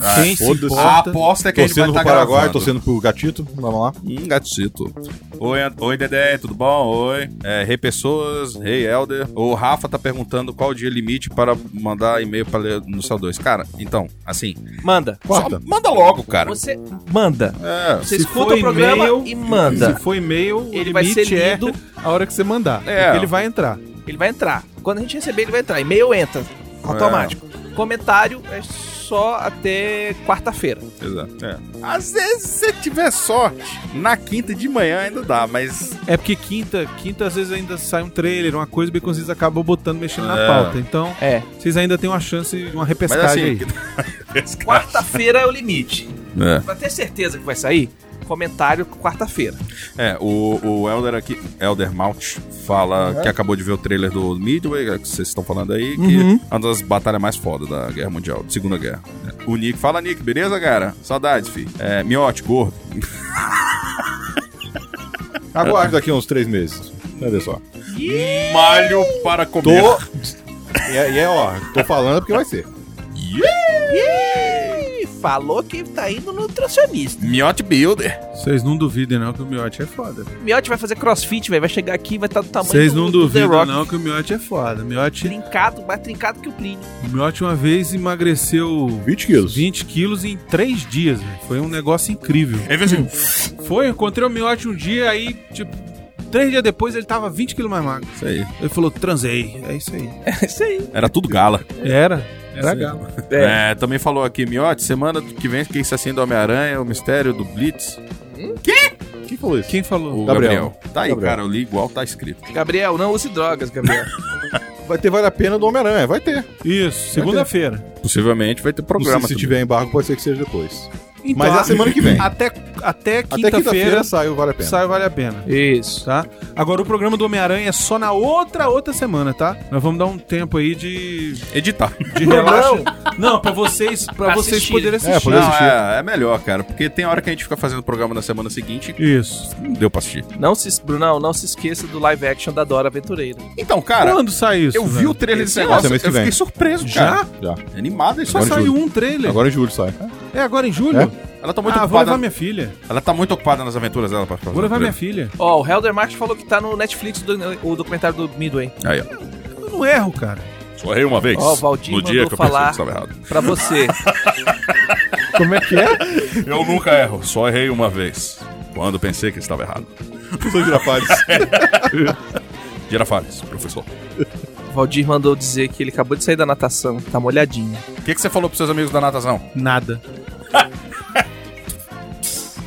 Speaker 3: Ah,
Speaker 1: Quem se
Speaker 4: foda-se.
Speaker 3: A
Speaker 1: importa?
Speaker 3: aposta é que a gente vai
Speaker 4: Torcendo
Speaker 3: estar
Speaker 4: pro
Speaker 3: tá
Speaker 4: Paraguai,
Speaker 3: gravando.
Speaker 4: torcendo pro Gatito, vamos lá.
Speaker 3: Hum, gatito. Oi, An- Oi, Dedé, tudo bom? Oi. É, Rei Pessoas, Rei Elder. O Rafa tá perguntando qual o dia limite para mandar e-mail para ler no céu 2. Cara, então, assim.
Speaker 2: Manda.
Speaker 3: só
Speaker 4: Quarta.
Speaker 3: manda logo, cara.
Speaker 2: Você manda.
Speaker 3: É.
Speaker 2: Você
Speaker 1: Se
Speaker 2: escuta
Speaker 1: for
Speaker 2: o programa
Speaker 1: e-mail,
Speaker 2: e manda.
Speaker 1: Se
Speaker 4: Tá.
Speaker 1: for e-mail,
Speaker 2: Ele
Speaker 1: o
Speaker 2: vai
Speaker 1: limite
Speaker 2: ser lido.
Speaker 1: é a hora que você mandar.
Speaker 3: É.
Speaker 1: Porque ele vai entrar.
Speaker 2: Ele vai entrar. Quando a gente receber, ele vai entrar. E-mail entra.
Speaker 1: É.
Speaker 2: Automático. Comentário é só até quarta-feira.
Speaker 3: Exato. É. Às vezes, se tiver sorte, na quinta de manhã ainda dá, mas.
Speaker 1: É porque quinta, quinta às vezes ainda sai um trailer, uma coisa, e o Baconzitos acaba botando, mexendo na
Speaker 3: É.
Speaker 1: pauta. Então,
Speaker 2: É.
Speaker 1: vocês ainda têm uma chance de uma
Speaker 3: Mas
Speaker 1: repescagem
Speaker 3: assim.
Speaker 1: aí.
Speaker 2: Quarta-feira é o limite.
Speaker 3: É.
Speaker 2: Pra ter certeza que vai sair, comentário quarta-feira.
Speaker 3: É, o, o Elder aqui, Elder Mount, fala que acabou de ver o trailer do Midway, é, que vocês estão falando aí, que é uma das batalhas mais fodas da Guerra Mundial, da Segunda Guerra. É. O Nick, fala Nick, beleza, cara? Saudades, fi. É, miote, gordo.
Speaker 4: Aguarde daqui uns três meses. Cadê só?
Speaker 3: Malho para
Speaker 4: Tô.
Speaker 3: comer.
Speaker 4: e, é, e é, ó, tô falando porque vai ser.
Speaker 2: E falou que tá indo no nutricionista.
Speaker 3: Miote Builder.
Speaker 1: Vocês não duvidem, não, que o Miotti é foda.
Speaker 2: Miotti vai fazer crossfit, velho. Vai chegar aqui e vai estar do tamanho
Speaker 1: Vocês
Speaker 2: do,
Speaker 1: não
Speaker 2: do The
Speaker 1: duvidam,
Speaker 2: Rock.
Speaker 1: não, que o Miotti é foda. O Miotti,
Speaker 2: Trincado, mais trincado que o Plínio.
Speaker 1: o Miotti uma vez emagreceu
Speaker 4: 20 quilos.
Speaker 1: 20 quilos em 3 dias, velho. Foi um negócio incrível.
Speaker 3: É
Speaker 1: Foi, eu encontrei o Miotti um dia aí, tipo, Três dias depois ele tava 20 quilos mais magro.
Speaker 3: Isso aí.
Speaker 1: Ele falou, transei. É isso aí.
Speaker 2: Isso aí.
Speaker 3: Era tudo gala.
Speaker 1: Era. Era galo.
Speaker 2: É.
Speaker 3: É, também falou aqui, Miote, semana que vem quem se acende o Homem-Aranha, o mistério do Blitz.
Speaker 4: Quem falou isso?
Speaker 1: Quem falou?
Speaker 3: O Gabriel.
Speaker 4: Gabriel.
Speaker 3: Tá aí,
Speaker 4: Gabriel.
Speaker 3: cara, eu li igual tá escrito.
Speaker 2: É. Gabriel, não use drogas, Gabriel.
Speaker 4: Vai ter Vale a Pena do Homem-Aranha, vai ter.
Speaker 1: Isso, segunda-feira.
Speaker 3: Possivelmente vai ter
Speaker 4: Não
Speaker 3: programa
Speaker 4: sei se
Speaker 3: também.
Speaker 4: tiver embargo, pode ser que seja depois.
Speaker 1: Então,
Speaker 4: Mas é a semana que vem.
Speaker 1: Até, até
Speaker 4: Até
Speaker 1: quinta-feira
Speaker 4: quinta-feira sai o Vale a Pena.
Speaker 1: sai o Vale a Pena.
Speaker 2: Isso.
Speaker 1: Tá? Agora o programa do Homem-Aranha é só na outra, outra semana, tá? Nós vamos dar um tempo aí de,
Speaker 3: Editar.
Speaker 1: de relaxo. Não, pra vocês, pra vocês
Speaker 2: Assistir.
Speaker 1: poderem
Speaker 4: É,
Speaker 1: assistir.
Speaker 4: poder
Speaker 3: Não,
Speaker 4: assistir.
Speaker 3: é, é melhor, cara, porque tem hora que a gente fica fazendo programa na semana seguinte e
Speaker 1: Isso.
Speaker 3: não deu pra assistir.
Speaker 2: Não se, Brunão, não se esqueça do live action da Dora Aventureira.
Speaker 3: Então, cara,
Speaker 1: Quando sai isso?
Speaker 3: eu vi
Speaker 1: velho?
Speaker 3: o trailer desse
Speaker 2: Esse
Speaker 3: negócio,
Speaker 4: ano,
Speaker 3: eu
Speaker 4: mês que
Speaker 3: fiquei
Speaker 4: vem.
Speaker 3: surpreso,
Speaker 1: Já?
Speaker 3: cara.
Speaker 4: Já.
Speaker 3: Animado isso
Speaker 1: Só
Speaker 3: aí.
Speaker 4: Agora em
Speaker 1: saiu
Speaker 4: julho.
Speaker 1: um trailer.
Speaker 4: Agora em julho sai.
Speaker 1: É agora em julho?
Speaker 4: É?
Speaker 3: Ela tá muito
Speaker 1: ah, vou
Speaker 3: ocupada.
Speaker 1: levar minha filha.
Speaker 3: Ela tá muito ocupada nas aventuras dela pra
Speaker 1: Vou levar minha filha.
Speaker 2: Ó, o Helder Marx falou que tá no Netflix do- o documentário do Midway.
Speaker 3: Aí, ó.
Speaker 1: Eu não erro, cara.
Speaker 3: Só errei uma vez.
Speaker 2: Ó, o Valdir
Speaker 3: no dia
Speaker 2: mandou
Speaker 3: que eu pensei
Speaker 2: falar.
Speaker 3: que estava errado.
Speaker 2: Pra você.
Speaker 4: Como é que é?
Speaker 3: Eu nunca erro, só errei uma vez. Quando pensei que estava errado.
Speaker 4: Sou girafales.
Speaker 3: Girafales, professor.
Speaker 2: Valdir mandou dizer que ele acabou de sair da natação, tá molhadinho.
Speaker 3: O que, que você falou pros seus amigos da natação?
Speaker 1: Nada.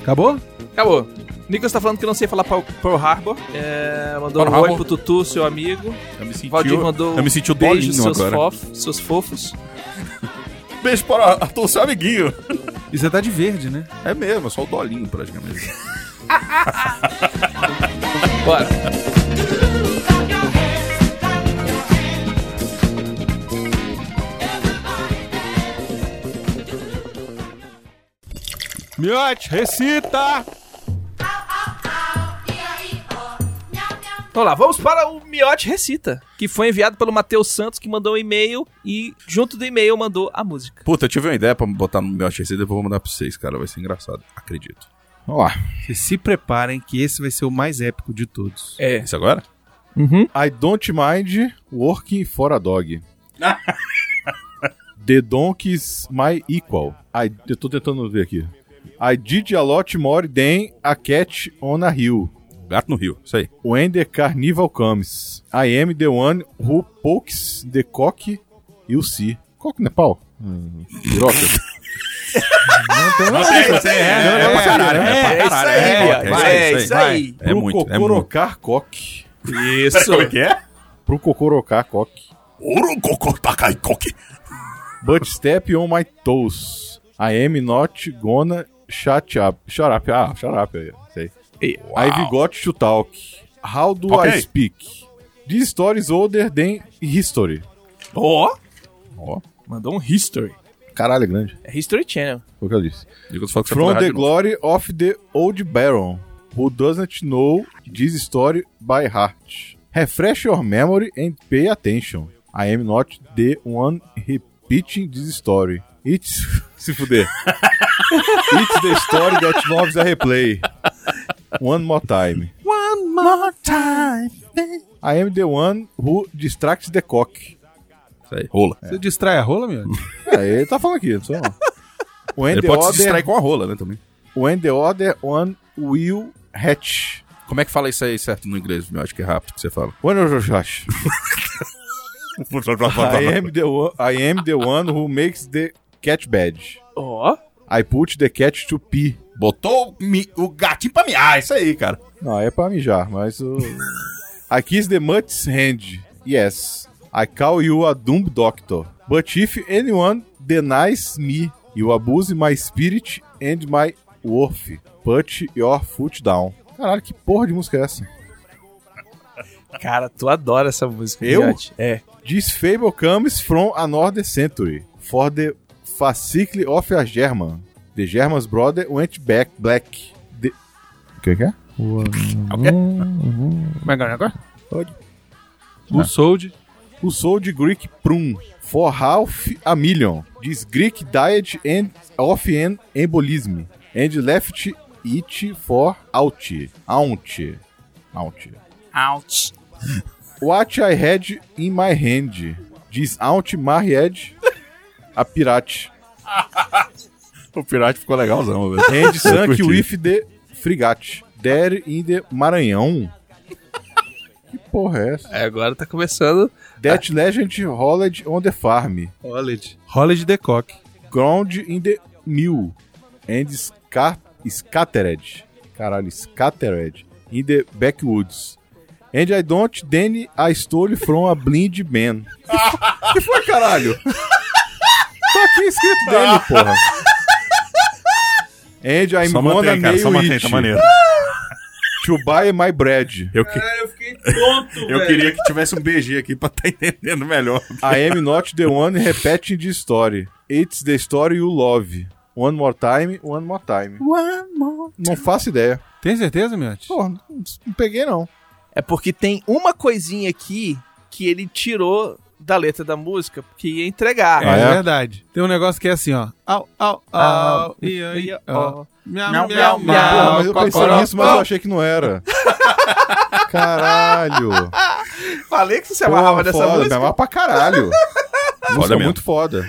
Speaker 1: Acabou?
Speaker 2: Acabou. Nicolas tá falando que não sei falar Pearl Pearl Harbor. É, mandou
Speaker 3: Pearl
Speaker 2: um oi
Speaker 3: Harbor.
Speaker 2: pro Tutu, seu amigo.
Speaker 3: Eu me senti,
Speaker 2: Valdir mandou
Speaker 3: eu me senti o
Speaker 2: beijo,
Speaker 3: Dolinho
Speaker 2: seus,
Speaker 3: agora.
Speaker 2: fof- seus fofos.
Speaker 3: Beijo para o seu amiguinho.
Speaker 1: E você tá de verde, né?
Speaker 3: É mesmo, é só o Dolinho praticamente.
Speaker 2: Bora.
Speaker 1: Miote, recita!
Speaker 2: Então lá, vamos para o Miote Recita, que foi enviado pelo Matheus Santos, que mandou um e-mail e junto do e-mail mandou a música.
Speaker 3: Puta, eu tive uma ideia pra botar no meu HTC, depois eu vou mandar pra vocês, cara. Vai ser engraçado, acredito.
Speaker 4: Vamos lá.
Speaker 1: Vocês se preparem que esse vai ser o mais épico de todos.
Speaker 2: É.
Speaker 3: Isso agora?
Speaker 4: I don't mind working for a dog. The donkey's my equal. I, eu tô tentando ver aqui. I did a lot more than a cat on a hill.
Speaker 3: Gato no Rio, isso aí.
Speaker 4: When the carnival comes. I am the one who pokes the cock you see. Cock não é pau? Hum, piroca.
Speaker 3: Não tem, não tem. É pra caralho, é pra caralho.
Speaker 2: É,
Speaker 3: Miote,
Speaker 2: é isso aí.
Speaker 3: É
Speaker 4: Pro
Speaker 3: muito, é muito.
Speaker 4: cocorocar cock.
Speaker 2: Isso.
Speaker 3: que é?
Speaker 4: Pro cocorocar cock.
Speaker 3: Urucocotacaicóque.
Speaker 4: But step on my toes. I am not gonna shut up. Shut up. Ah, shut up. é, Sei. I've got to talk. How do
Speaker 3: Ok.
Speaker 4: I speak? This story is older than history.
Speaker 2: Ó.
Speaker 4: Ó.
Speaker 2: Mandou um history.
Speaker 4: Caralho, é grande.
Speaker 2: É History Channel.
Speaker 4: Foi o que eu disse.
Speaker 3: Diga se fala que você falou
Speaker 4: From
Speaker 3: errado
Speaker 4: the
Speaker 3: de novo.
Speaker 4: glory of the old baron, who doesn't know this story by heart. Refresh your memory and pay attention. I am not the one repeating this story. It's... Se fuder. It's the story that loves a replay. One more time.
Speaker 1: One more time.
Speaker 4: I am the one who distracts the cock.
Speaker 3: Isso aí. Rola.
Speaker 1: Você distrai a rola, meu?
Speaker 4: É, ele tá falando aqui, não sei não. When
Speaker 3: Ele
Speaker 4: the
Speaker 3: pode se
Speaker 4: other-
Speaker 3: distrair com a rola, né, também.
Speaker 4: When the other one will hatch.
Speaker 3: Como é que fala isso aí certo no inglês? Eu acho que é rápido que você fala.
Speaker 4: When will hatch? I am the one, I am the one who makes the cat bad.
Speaker 2: Ó.
Speaker 4: I put the cat to pee.
Speaker 3: Botou mi- o gatinho pra miar, isso aí, cara.
Speaker 4: Não, é pra mijar, mas o I kiss the mutt's hand. Yes. I call you a dumb doctor. But if anyone denies me, you abuse my spirit and my worth. Put your foot down. Caralho, que porra de música é essa?
Speaker 2: Cara, tu adora essa música.
Speaker 4: Eu?
Speaker 2: Miotti. É.
Speaker 4: This fable comes from another century. For the fascicle of a German. The German's brother went back black. The... O que que é?
Speaker 1: Como é que é agora?
Speaker 4: Pode.
Speaker 1: O Sold.
Speaker 4: Who sold Greek prune for half a million. This Greek diet and of an embolism. And left it for out. Out. Out.
Speaker 2: Ouch.
Speaker 4: What I had in my hand. This out married a pirate.
Speaker 3: O pirate ficou legalzão, velho.
Speaker 4: And sunk
Speaker 3: curti.
Speaker 4: with the frigate. There in the Maranhão. Que porra é essa?
Speaker 7: É, agora tá começando.
Speaker 4: Death Legend Holland on the Farm.
Speaker 7: Holland.
Speaker 1: Holland de Cock.
Speaker 4: Ground in the Mill. And sca Scattered. Caralho, Scattered. In the Backwoods. And I don't then I stole from a blind man. que foi, caralho? tá aqui escrito dele, porra. And I'm
Speaker 3: Só
Speaker 4: gonna
Speaker 3: mantém, cara,
Speaker 4: nail
Speaker 3: só mantém,
Speaker 4: É, it
Speaker 3: tá maneiro.
Speaker 4: to buy my bread.
Speaker 3: Eu, que-
Speaker 7: Eu fiquei tonto,
Speaker 3: eu
Speaker 2: É.
Speaker 3: queria que tivesse um BG aqui pra tá entendendo melhor.
Speaker 4: I am not the one repeating the story. It's the story you love. One more time, one more time. Não faço ideia.
Speaker 1: Tem certeza, Miotti?
Speaker 4: Pô, não não peguei não.
Speaker 2: É porque tem uma coisinha aqui que ele tirou da letra da música que ia entregar.
Speaker 1: É,
Speaker 4: é?
Speaker 1: verdade. Tem um negócio que é assim, ó. Au, au,
Speaker 2: Ah,
Speaker 1: au. Ah, E aí, ó. Miau, miau,
Speaker 4: Pô, mas
Speaker 1: miau.
Speaker 4: eu pensei
Speaker 2: é
Speaker 1: cocoró,
Speaker 4: nisso, mas eu achei que não era. Caralho.
Speaker 2: Falei que você se amarrava
Speaker 4: Porra,
Speaker 2: dessa
Speaker 4: foda, me
Speaker 2: música.
Speaker 4: amarra pra caralho. Música
Speaker 3: mesmo.
Speaker 4: muito foda.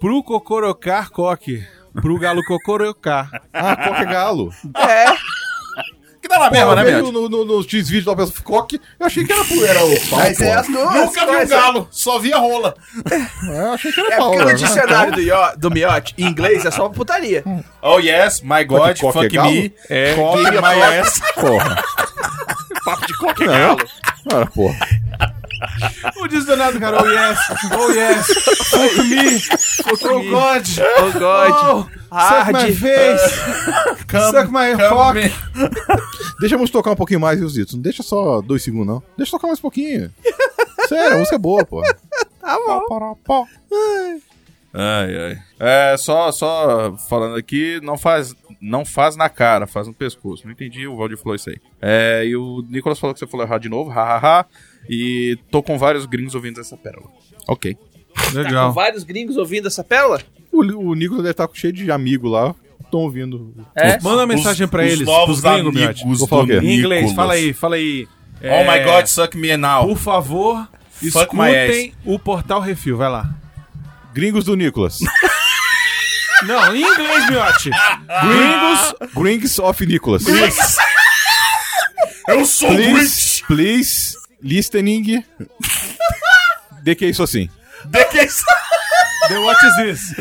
Speaker 1: Pro cocorocar coque. Pro galo cocorocar.
Speaker 4: Ah, Coca Galo.
Speaker 2: É,
Speaker 3: Que dá na
Speaker 4: Porra,
Speaker 3: mesma, né,
Speaker 4: veio
Speaker 3: Miotti?
Speaker 4: no, no, nos desvídeos lá, pensa, Coque, eu achei que era, pu- era o pau,
Speaker 7: mas é
Speaker 4: porra.
Speaker 7: as duas.
Speaker 3: Nunca vi um
Speaker 7: mas é-
Speaker 3: galo, só via rola.
Speaker 4: É, eu achei que era
Speaker 2: É
Speaker 4: pau.
Speaker 2: porque no
Speaker 4: né?
Speaker 2: dicionário do, Io- do Miotti, em inglês, é só uma putaria.
Speaker 4: Hum.
Speaker 3: Oh yes, my god,
Speaker 4: Mas coque é
Speaker 3: fuck
Speaker 4: galo?
Speaker 3: me,
Speaker 4: É,
Speaker 3: cock
Speaker 4: gay é
Speaker 3: my ass.
Speaker 4: Porra.
Speaker 3: Papo de coque é galo.
Speaker 4: Não era porra.
Speaker 1: O desdanado, cara. Oh, yes. Oh, yes. Fuck me. Oh, God.
Speaker 2: Oh, God.
Speaker 4: é
Speaker 1: Suck my
Speaker 2: Hard.
Speaker 1: face. Suck my cock.
Speaker 4: Deixa a música tocar um pouquinho mais, viu, Zito? Não deixa só dois segundos, não. Deixa tocar mais um pouquinho. Sério, a música é boa, pô. Tá bom.
Speaker 3: Ai, ai. É, só, só falando aqui, não faz, não faz na cara, faz no pescoço. Não entendi, o Valdir falou isso aí. É, e o Nicolas falou que você falou errado de novo, hahaha. E tô com vários gringos ouvindo essa pérola. Ok.
Speaker 1: Legal.
Speaker 2: Tá Vários gringos ouvindo essa pérola?
Speaker 4: O, o Nicolas deve estar cheio de amigo lá. Estão ouvindo.
Speaker 2: É.
Speaker 1: Manda uma mensagem pra eles. pros gringos, Miotti.
Speaker 4: Vou falar o quê?
Speaker 1: Em inglês. Fala aí, fala aí.
Speaker 3: Oh my
Speaker 1: É,
Speaker 3: god, suck me now.
Speaker 1: Por favor,
Speaker 3: Fuck my ass.
Speaker 1: escutem o Portal Refil. Vai lá.
Speaker 4: Gringos do Nicolas.
Speaker 1: Não, em inglês, Miotti.
Speaker 4: Gringos. Gringos of Nicolas.
Speaker 3: Eu sou
Speaker 4: Please. Please. Listening. De que isso assim?
Speaker 1: Ah, The what is this?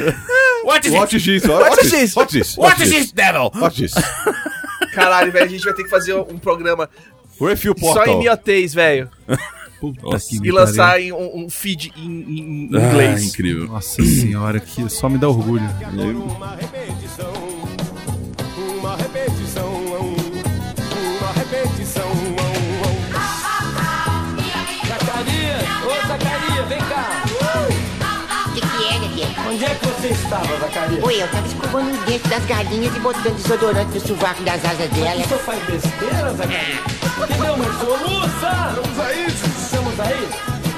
Speaker 3: What is
Speaker 4: What is this?
Speaker 2: What is this?
Speaker 4: What is this?
Speaker 3: What is this devil?
Speaker 4: What is this?
Speaker 2: Caralho, velho, a gente vai ter que fazer um programa
Speaker 4: Refill
Speaker 2: só em
Speaker 4: Portal.
Speaker 2: miotês, velho.
Speaker 3: Nossa,
Speaker 1: que
Speaker 2: E
Speaker 1: me
Speaker 2: lançar em um, um feed em, em- em
Speaker 3: Ah,
Speaker 2: inglês.
Speaker 1: pariu.
Speaker 3: incrível.
Speaker 1: Nossa senhora, que só me dá orgulho.
Speaker 6: Uma repetição, uma repetição, uma repetição.
Speaker 8: Zacarias, ô Zacarias, vem cá.
Speaker 9: O que, que é, Dedê?
Speaker 8: Onde é que você estava, Zacarias?
Speaker 9: Oi, eu tava escovando os dentes das galinhas e botando desodorante no sovaco das asas
Speaker 8: O
Speaker 9: dela.
Speaker 8: senhor faz besteira, Zacarias? Entendeu, mas soluça! Estamos aí, Estamos aí.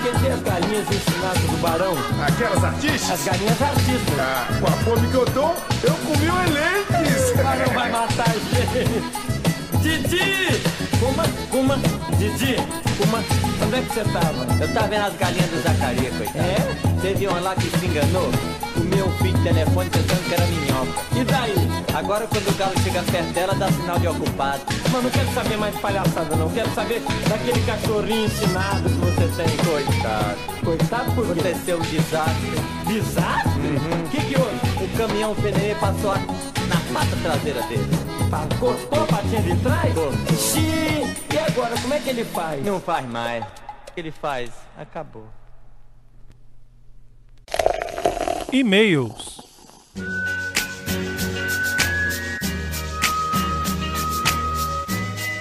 Speaker 8: Quem tem as galinhas ensinadas do barão?
Speaker 6: Aquelas artistas, Ah,
Speaker 8: As galinhas artistas.
Speaker 6: com a fome que eu tô, eu comi o elenco.
Speaker 8: O barão vai matar a gente. Didi! Uma, uma, Didi, uma. Onde é que você tava?
Speaker 10: Eu tava vendo as galinhas do Zacaria, coitado.
Speaker 8: É?
Speaker 10: Teve uma lá que se enganou, comeu o fio de telefone pensando que era minhoca.
Speaker 8: E daí?
Speaker 10: Agora quando o galo chega perto dela, dá sinal de ocupado.
Speaker 8: Mas não quero saber mais de palhaçada, não. Quero saber daquele cachorrinho ensinado que você tem.
Speaker 10: Coitado.
Speaker 8: Coitado por quê?
Speaker 10: Aconteceu um desastre. Uhum.
Speaker 8: Bizarro? O que que houve?
Speaker 10: O caminhão pneu passou a- na pata traseira dele.
Speaker 8: Tá, Cortou a patinha de trás? Xiii, e agora, como é que ele faz?
Speaker 10: Não faz mais. O que ele faz? Acabou.
Speaker 1: E-mails.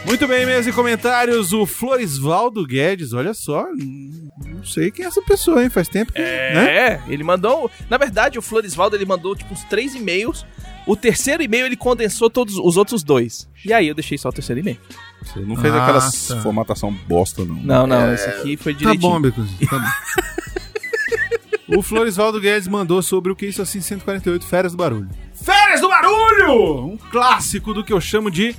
Speaker 1: Muito bem, e-mails e comentários. O Floresvaldo Guedes, olha só. hum, Não sei quem é essa pessoa, hein? Faz tempo que. né?
Speaker 2: É, ele mandou. Na verdade, o Floresvaldo ele mandou tipo uns três e-mails. O terceiro e-mail ele condensou todos os outros dois. E aí eu deixei só o terceiro e-mail.
Speaker 3: Você não fez
Speaker 1: Ah,
Speaker 3: aquelas
Speaker 1: tá.
Speaker 3: formatação bosta, não.
Speaker 2: Não, não, esse aqui foi
Speaker 1: Tá
Speaker 2: direitinho.
Speaker 1: bom, Bicuzinho. Tá bom. o Floresvaldo Guedes mandou sobre o que isso assim 148 Férias do Barulho. Férias do Barulho! Um clássico do que eu chamo de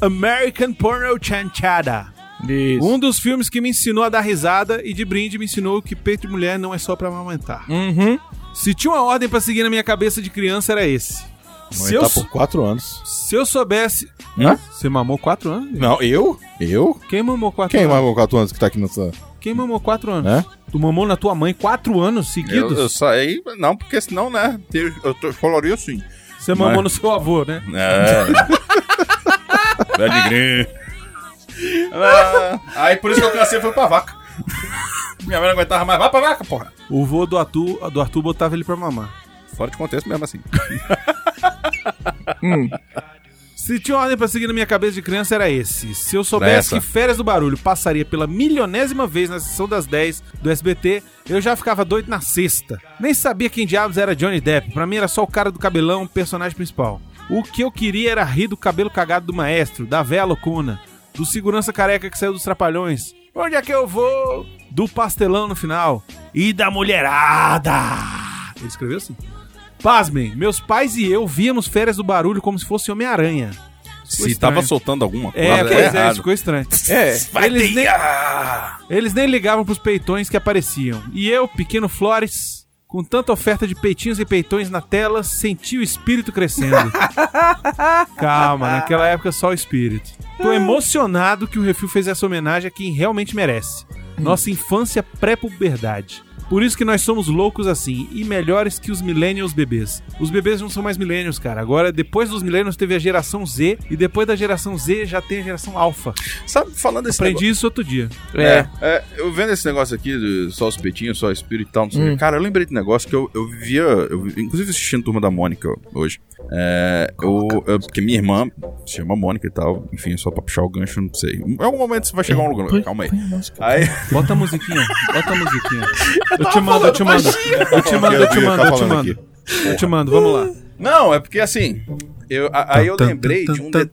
Speaker 1: American Porno Chanchada.
Speaker 2: Isso.
Speaker 1: Um dos filmes que me ensinou a dar risada e de brinde me ensinou que peito de mulher não é só pra amamentar.
Speaker 2: Uhum.
Speaker 1: Se tinha uma ordem pra seguir na minha cabeça de criança, era esse. Se eu,
Speaker 4: Tá por quatro anos.
Speaker 1: se eu soubesse.
Speaker 4: Hã?
Speaker 1: Você mamou quatro anos?
Speaker 4: Não, eu? Eu?
Speaker 1: Quem mamou quatro
Speaker 4: Quem
Speaker 1: anos?
Speaker 4: mamou 4 anos que tá aqui nessa.
Speaker 1: Quem mamou quatro anos?
Speaker 4: Né?
Speaker 1: Tu mamou na tua mãe quatro anos
Speaker 3: Eu,
Speaker 1: seguidos?
Speaker 3: eu saí, não, porque senão, né? Eu, eu tô- falaria assim.
Speaker 1: Você mamou
Speaker 3: Mas-
Speaker 1: no seu avô, né?
Speaker 3: É. Velho gringo. Ah, Aí por isso que eu cansei foi pra vaca. Minha mãe não aguentava mais. Vai pra vaca, porra.
Speaker 1: O vô do Arthur, do Arthur botava ele pra mamar.
Speaker 3: Fora de contexto mesmo assim.
Speaker 1: Se tinha ordem pra seguir na minha cabeça de criança, era esse. Se eu soubesse
Speaker 3: Essa.
Speaker 1: que Férias do Barulho passaria pela milionésima vez na sessão das 10 do SBT, eu já ficava doido na sexta. Nem sabia quem diabos era Johnny Depp. Pra mim era só o cara do cabelão, o personagem principal. O que eu queria era rir do cabelo cagado do maestro, da véia loucona, do segurança careca que saiu dos trapalhões. Onde é que eu vou? Do pastelão no final. E da mulherada! Ele escreveu assim. Pasmem, meus pais e eu víamos Férias do Barulho como se fosse Homem-Aranha.
Speaker 3: Se
Speaker 1: estranho.
Speaker 3: tava soltando alguma coisa,
Speaker 1: É,
Speaker 3: tá
Speaker 1: pois é,
Speaker 3: errado.
Speaker 1: isso ficou estranho. É, eles nem, eles nem ligavam pros peitões que apareciam. E eu, pequeno Flores, com tanta oferta de peitinhos e peitões na tela, senti o espírito crescendo. Calma, naquela época só o espírito. Tô emocionado que o Refil fez essa homenagem a quem realmente merece. Nossa infância pré-puberdade. Por isso que nós somos loucos assim e melhores que os millennials bebês. Os bebês não são mais millennials, cara. Agora, depois dos millennials teve a geração Z e depois da geração Z já tem a geração alfa.
Speaker 3: Sabe, falando desse
Speaker 1: Aprendi isso outro dia.
Speaker 3: É. é, eu vendo esse negócio aqui, de só os peitinhos, só espírito e tal, não sei o quê. Cara, eu lembrei de um negócio que eu, eu vivia, eu, vi- inclusive assistindo Turma da Mônica hoje. É, eu, eu- porque minha irmã se chama Mônica e tal, enfim, só pra puxar o gancho, não sei. Em algum momento você vai chegar a um lugar, calma aí. Aí,
Speaker 1: Bota a musiquinha, bota a musiquinha. Eu te mando, eu te mando. Eu te mando, eu te
Speaker 4: Eu ia
Speaker 1: mando,
Speaker 4: ficar
Speaker 1: eu te
Speaker 4: falando
Speaker 1: mando. Eu te mando, vamos lá.
Speaker 3: não, é porque assim, eu, a- aí eu lembrei de um... de-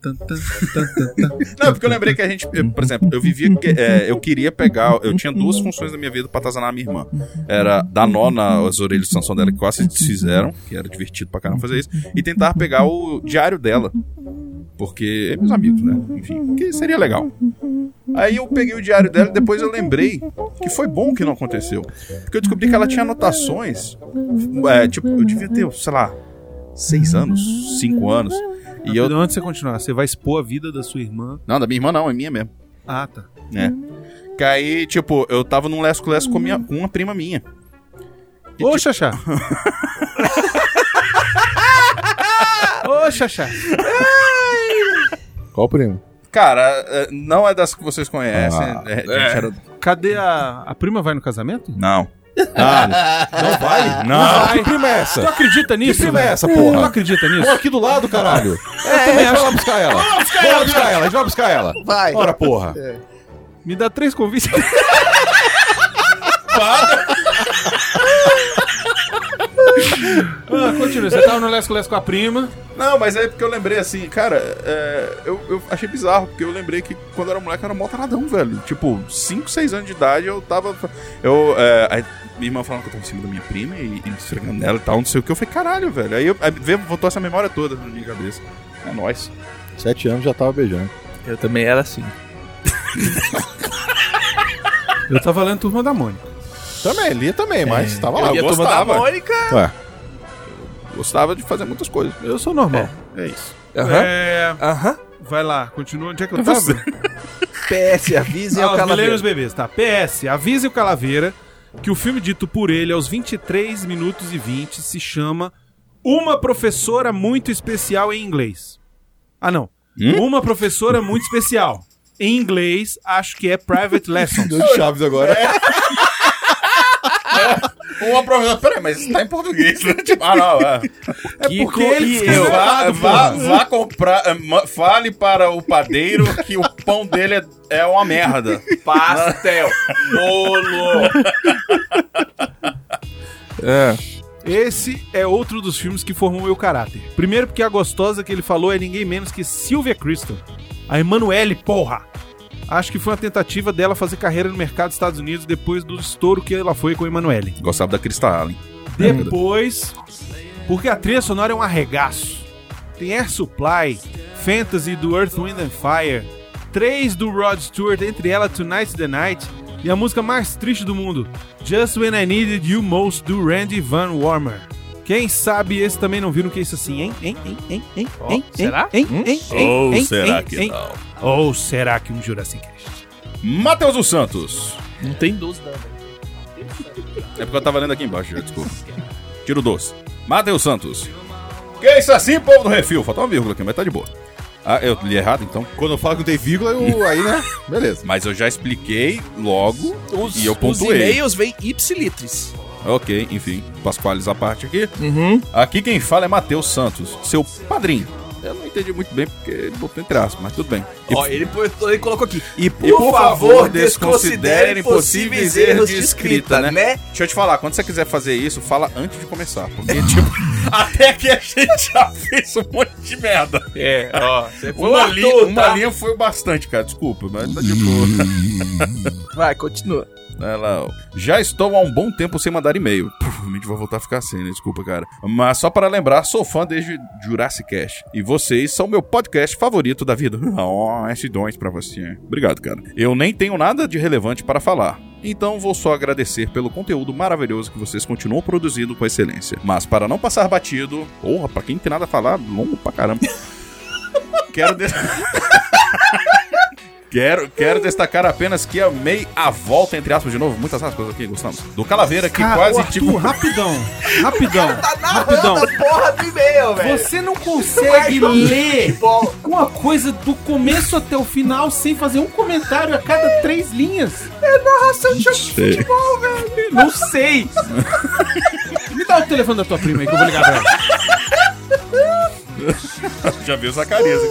Speaker 3: Não, porque eu lembrei que a gente, eu, por exemplo, eu vivia. que- é, eu queria pegar. Eu tinha duas funções na minha vida pra atazanar a minha irmã. Era dar nó nas orelhas de Sansão dela que quase desfizeram, que era divertido pra caramba fazer isso, e tentar pegar o diário dela. Porque é meus amigos, né? Enfim, que seria legal. Aí eu peguei o diário dela e depois eu lembrei que foi bom que não aconteceu. Porque eu descobri que ela tinha anotações. é, tipo, eu devia ter, sei lá, seis anos, cinco anos. E eu.
Speaker 1: Antes de você continuar, você vai expor a vida da sua irmã.
Speaker 3: Não, da minha irmã não, é minha mesmo.
Speaker 1: Ah, tá.
Speaker 3: né? Que aí, tipo, eu tava num lesco lesco com, minha, com uma prima minha.
Speaker 1: Ô, Xaxá. Ô, Xaxá.
Speaker 4: Qual o primo?
Speaker 3: Cara, eh, não é das que vocês conhecem.
Speaker 4: Ah.
Speaker 3: é, gente, era-
Speaker 1: Cadê a. A prima vai no casamento?
Speaker 3: Não.
Speaker 4: Não vai? Não. Que prima é essa?
Speaker 1: Tu acredita nisso?
Speaker 4: prima é
Speaker 1: velho?
Speaker 4: essa, porra?
Speaker 1: Tu acredita
Speaker 4: Tô
Speaker 1: nisso?
Speaker 4: aqui do lado, caralho. É, também vai lá buscar ela. Vamos lá buscar ela, a gente vai buscar ela.
Speaker 7: Vai.
Speaker 4: Ora, porra.
Speaker 1: Me dá três convites. ah, continua. Você tava no Lesco Lesco com a prima.
Speaker 3: Não, mas é porque eu lembrei assim, cara, eh, eu, eu achei bizarro, porque eu lembrei que quando eu era moleque eu era mó taradão, velho. Tipo, 5, 6 anos de idade eu tava. Eu, eh, aí minha irmã falando que eu tava em cima da minha prima e, e esfregando nela e tal, não sei o que. Eu falei, caralho, velho. Aí, eu, aí veio- voltou essa memória toda na minha cabeça. É nóis.
Speaker 4: Sete anos já tava beijando.
Speaker 7: Eu também era assim.
Speaker 1: Eu tava lendo Turma da Mônica.
Speaker 4: Também, lia também, mas tava lá.
Speaker 3: Ah, Eu
Speaker 7: Turma
Speaker 3: gostava.
Speaker 7: da Mônica.
Speaker 4: Ué,
Speaker 3: Gostava de fazer muitas coisas.
Speaker 1: Eu sou normal.
Speaker 3: É isso.
Speaker 7: Aham.
Speaker 1: É.
Speaker 7: Aham.
Speaker 1: Vai lá, continua. Onde é que eu tava?
Speaker 7: PS, avisem
Speaker 1: Ah,
Speaker 7: ao
Speaker 1: os
Speaker 7: calaveiro.
Speaker 1: Millennials Bebês, tá. PS, avise o Calaveira que o filme dito por ele aos 23 minutos e 20 se chama Uma Professora Muito Especial em Inglês. Ah, não. Uma Professora Muito Especial. Em inglês, acho que é Private Lessons.
Speaker 4: deu de chaves agora.
Speaker 3: É. Uma professora. Peraí, mas tá em português, né? Tipo, ah, não, é.
Speaker 1: Porque ele
Speaker 3: Eu,
Speaker 1: escreveu
Speaker 3: vá, é,
Speaker 1: errado,
Speaker 3: vá,
Speaker 1: porra.
Speaker 3: vá comprar. eh, ma- Fale para o padeiro que o pão dele é, é uma merda.
Speaker 2: Ah,
Speaker 7: Pastel. Bolo.
Speaker 1: Esse é outro dos filmes que formou meu caráter. Primeiro porque a gostosa que ele falou é ninguém menos que Sylvia Kristen. A Emanuele, porra! Acho que foi uma tentativa dela fazer carreira no mercado dos Estados Unidos depois do estouro que ela foi com a Emanuele.
Speaker 3: Gostava da Crista Allen.
Speaker 1: Depois, porque a trilha sonora é um arregaço. Tem Air Supply, Fantasy do Earth, Wind and Fire, três do Rod Stewart, entre ela Tonight's the Night e a música mais triste do mundo, Just When I Needed You Most do Randy Van Warmer. Quem sabe esse também não viram que é isso assim, hein? Hein? Hein? Hein? Hein?
Speaker 2: Ó,
Speaker 1: hein?
Speaker 2: será?
Speaker 1: Hein?
Speaker 2: Hum?
Speaker 1: Hein? Hein?
Speaker 3: Ou
Speaker 1: Hein?
Speaker 3: será
Speaker 1: Hein?
Speaker 3: que
Speaker 1: Hein?
Speaker 3: não?
Speaker 1: Ou será que um Jurassic Cast?
Speaker 3: Matheus dos Santos.
Speaker 2: Não tem 12 não, velho.
Speaker 3: É porque eu tava lendo aqui embaixo, já, desculpa. Tiro doce. Matheus Santos. Que isso assim, povo do refil? Faltou uma vírgula aqui, mas tá de boa. Ah, eu li errado então?
Speaker 4: Quando eu falo que não tem vírgula, eu, aí, né? Beleza.
Speaker 3: Mas eu já expliquei logo
Speaker 2: Os,
Speaker 3: e eu
Speaker 2: os
Speaker 3: pontuei.
Speaker 2: e-mails vêm ipsilitris.
Speaker 3: Ok, enfim, Pasquales à parte aqui.
Speaker 2: Uhum.
Speaker 3: Aqui quem fala é Matheus Santos, seu padrinho. Eu não entendi muito bem porque ele botou entre aspas, mas tudo bem. E
Speaker 2: Ó, ele, pô- ele colocou aqui.
Speaker 3: E
Speaker 2: por favor, desconsiderem possíveis erros de escrita, né?
Speaker 3: Deixa eu te falar, quando você quiser fazer isso, fala antes de começar. Porque, tipo, até que a gente já fez um monte de merda. Um
Speaker 2: É, ó. Você foi
Speaker 3: Uma,
Speaker 2: o
Speaker 3: linha,
Speaker 2: Arthur,
Speaker 3: uma
Speaker 2: tá?
Speaker 3: linha foi bastante, cara. Desculpa, mas tá de boa.
Speaker 2: Vai, continua.
Speaker 3: Ela, já estou há um bom tempo sem mandar e-mail. Provavelmente vou voltar a ficar sem, né? Desculpa, cara. Mas só para lembrar, sou fã desde Jurassic Cast. E vocês são meu podcast favorito da vida. Oh, S2 pra você. Obrigado, cara. Eu nem tenho nada de relevante para falar. Então vou só agradecer pelo conteúdo maravilhoso que vocês continuam produzindo com excelência. Mas para não passar batido, porra, pra quem não tem nada a falar, longo pra caramba. Quero des- Quero, quero destacar apenas que amei a volta, entre aspas, de novo, muitas aspas aqui, Gustavo. Do Calaveira, que
Speaker 1: Cara,
Speaker 3: quase
Speaker 1: ô, Arthur,
Speaker 3: tipo.
Speaker 1: rapidão, rapidão, rapidão.
Speaker 2: porra do e-mail,
Speaker 1: Você não consegue ler uma coisa do começo até o final sem fazer um comentário a cada três linhas? É narração de jogo de futebol, velho. Não sei. Me dá o telefone da tua prima aí que eu vou ligar pra ela.
Speaker 3: Já viu Zacarias.